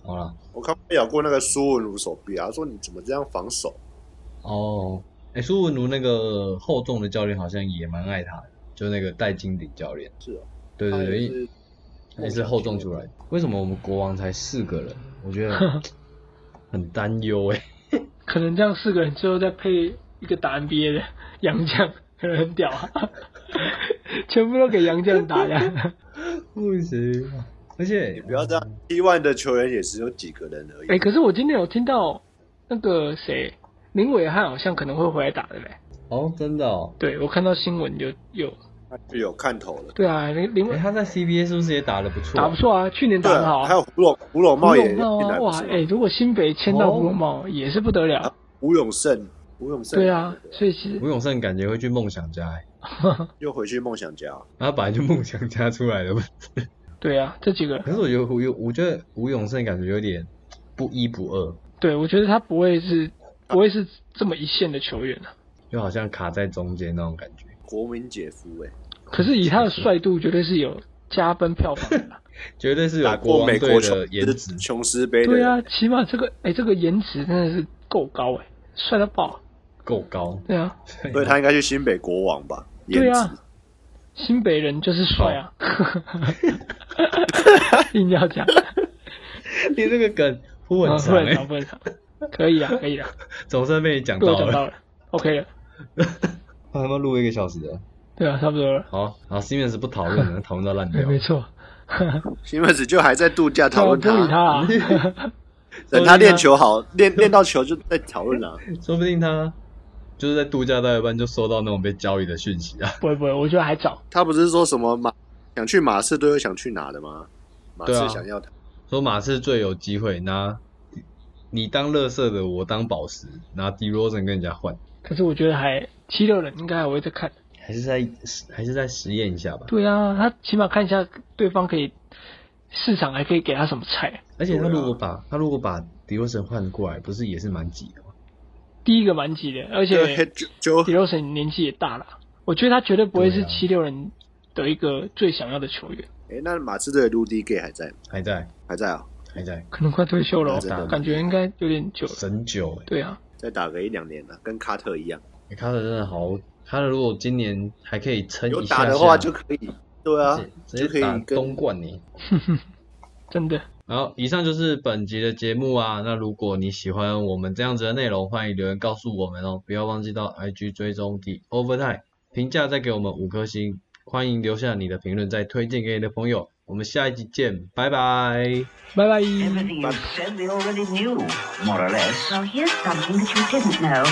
S3: 好啦，
S1: 我看她咬过那个苏文如手臂啊，她说你怎么这样防守？
S3: 哦，哎、苏文如那个厚重的教练好像也蛮爱他的，就那个戴金鼎教练，
S1: 是哦，
S3: 对对对，因为
S1: 她
S3: 也是厚重出来。的。为什么我们国王才四个人？我觉 [LAUGHS] 得很担忧哎。
S2: 可能这样四个人之后再配一个打 NBA 的 [LAUGHS] 杨将，可能很屌啊， [LAUGHS] 全部都给杨将打的。
S3: 不行，而且
S1: 不要这样，T one 的球员也只有几个人而已。
S2: [LAUGHS] 哎、可是我今天有听到那个谁林伟汉好像可能会回来打的嘞。
S3: 哦，真的 [LAUGHS] 哦，
S2: 对，我看到新闻有有，
S1: 她就有看头了。
S2: 对啊，林林
S3: 哎、
S2: 伟
S3: 他在 CBA 是不是也打得不错？
S2: 打不，错啊，去年打
S1: 对
S2: 得好
S1: 啊，还
S2: 啊。
S1: 有胡龙胡龙茂
S2: 胡
S1: 也
S2: 龙
S1: 进
S2: 茂
S1: 来
S2: 啊，
S1: 不
S2: 哇，
S1: 是吗
S2: 哎、如果新北签到胡龙茂也是不得了
S1: 啊。吴永胜，吴永胜
S2: 对啊，所以其实
S3: 吴永胜感觉会去梦想家哎，
S1: 又回去梦想家。
S3: 他本来就梦想家出来 [LAUGHS] 的。
S2: 对啊，这几个
S3: 可是我觉得吴永，我觉得吴永胜感觉有点不一不二，
S2: 对，我觉得他不会是不会是这么一线的球员啊。
S3: 就好像卡在中间那种感觉，
S1: 国民姐夫哎、
S2: 可是以他的帅度，绝对是有加分票房的啊。
S3: 绝对是
S1: 打
S3: 有
S1: 过
S3: 王
S1: 美
S3: 队
S1: 国
S3: 的
S1: 琼
S3: 颜值
S1: 斯。琼斯杯的，
S2: [LAUGHS] 对啊，起码这个哎、这个颜值真的是够高哎、帅到爆。
S3: 够高，
S2: 对啊，
S1: 所以他应该去新北国王吧？颜
S2: 对
S1: 值
S2: 啊，新北人就是帅 [LAUGHS] 啊，硬要讲，
S3: [LAUGHS] 你这个梗铺很
S2: 啊 [LAUGHS]
S3: [LAUGHS]
S2: 不
S3: 长
S2: 能
S3: 哎、
S2: 讲不能讲，可以啊可以啊，
S3: 总算被你讲
S2: 被
S3: [LAUGHS]
S2: 我
S3: 到
S2: 讲到
S3: 了，
S2: 了，OK 了，
S3: 他妈录一个小时了。
S2: 对啊，差不多了，
S3: 好，好，Siemens 不
S1: [LAUGHS]
S3: 讨论了，讨论到烂
S2: 哎
S3: 掉。
S2: 没错，
S1: 西门子就还在度假讨论
S2: 对啊不理他
S1: 他，
S2: 啊，
S1: 等他练球好，练练到球就在讨论了。
S3: 说不定他就是在度假到一半就收到那种被交易的讯息啊。 [LAUGHS]
S2: 不会不会，我觉得还早，
S1: [LAUGHS] 他不是说什么马想去马刺队又想去哪的吗？马刺
S3: 对啊
S1: 想要他，
S3: 说马刺最有机会拿你当乐色的，我当宝石，拿 D Rosen 跟人家换，
S2: 可是我觉得还七六人应该还会再看，
S3: 还是在还是在实验一下吧。
S2: 对啊，他起码看一下对方可以市场还可以给他什么菜，
S3: 而且他
S1: 对啊
S3: 如果把、他如果把 D Rosen 换过来，不是也是蛮挤的吗？
S2: 第一个蛮急的，
S1: [LAUGHS]
S2: 而且
S1: 对，就
S2: 迪
S1: 就
S2: 罗森年纪也大了，我觉得他绝对不会是
S3: 对啊
S2: 七六人的一个最想要的球员。
S1: 哎，那马刺队的 Rudy Gay 还在吗
S3: 还在
S1: 还在啊？
S3: 还在
S2: 可能快退休了
S1: 真的
S2: 哦，感觉应该有点久了。
S3: 神久哎、
S2: 对啊，
S1: 再打个一两年了，跟卡特一样，
S3: 欸，卡特真的好，卡特如果今年还可以撑
S1: 有
S3: 一下
S1: 打
S3: 下
S1: 的话就可以。对啊，
S3: 直接
S1: 就可
S3: 直接
S1: 以
S3: 打
S1: 跟
S3: 东冠欸呢。
S2: 真的，
S3: 然后以上就是本集的节目啊。那如果你喜欢我们这样子的内容，欢迎留言告诉我们哦。不要忘记到 IG 追踪 The Overtime 评价，再给我们五颗星。欢迎留下你的评论，再推荐给你的朋友。我们下一集见，拜拜。
S2: 拜拜。
S4: Everything you
S1: But-
S4: said they already knew, more or less.
S5: Well, here's something that you didn't know.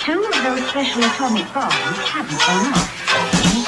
S5: Two of those special atomic bombs haven't gone off.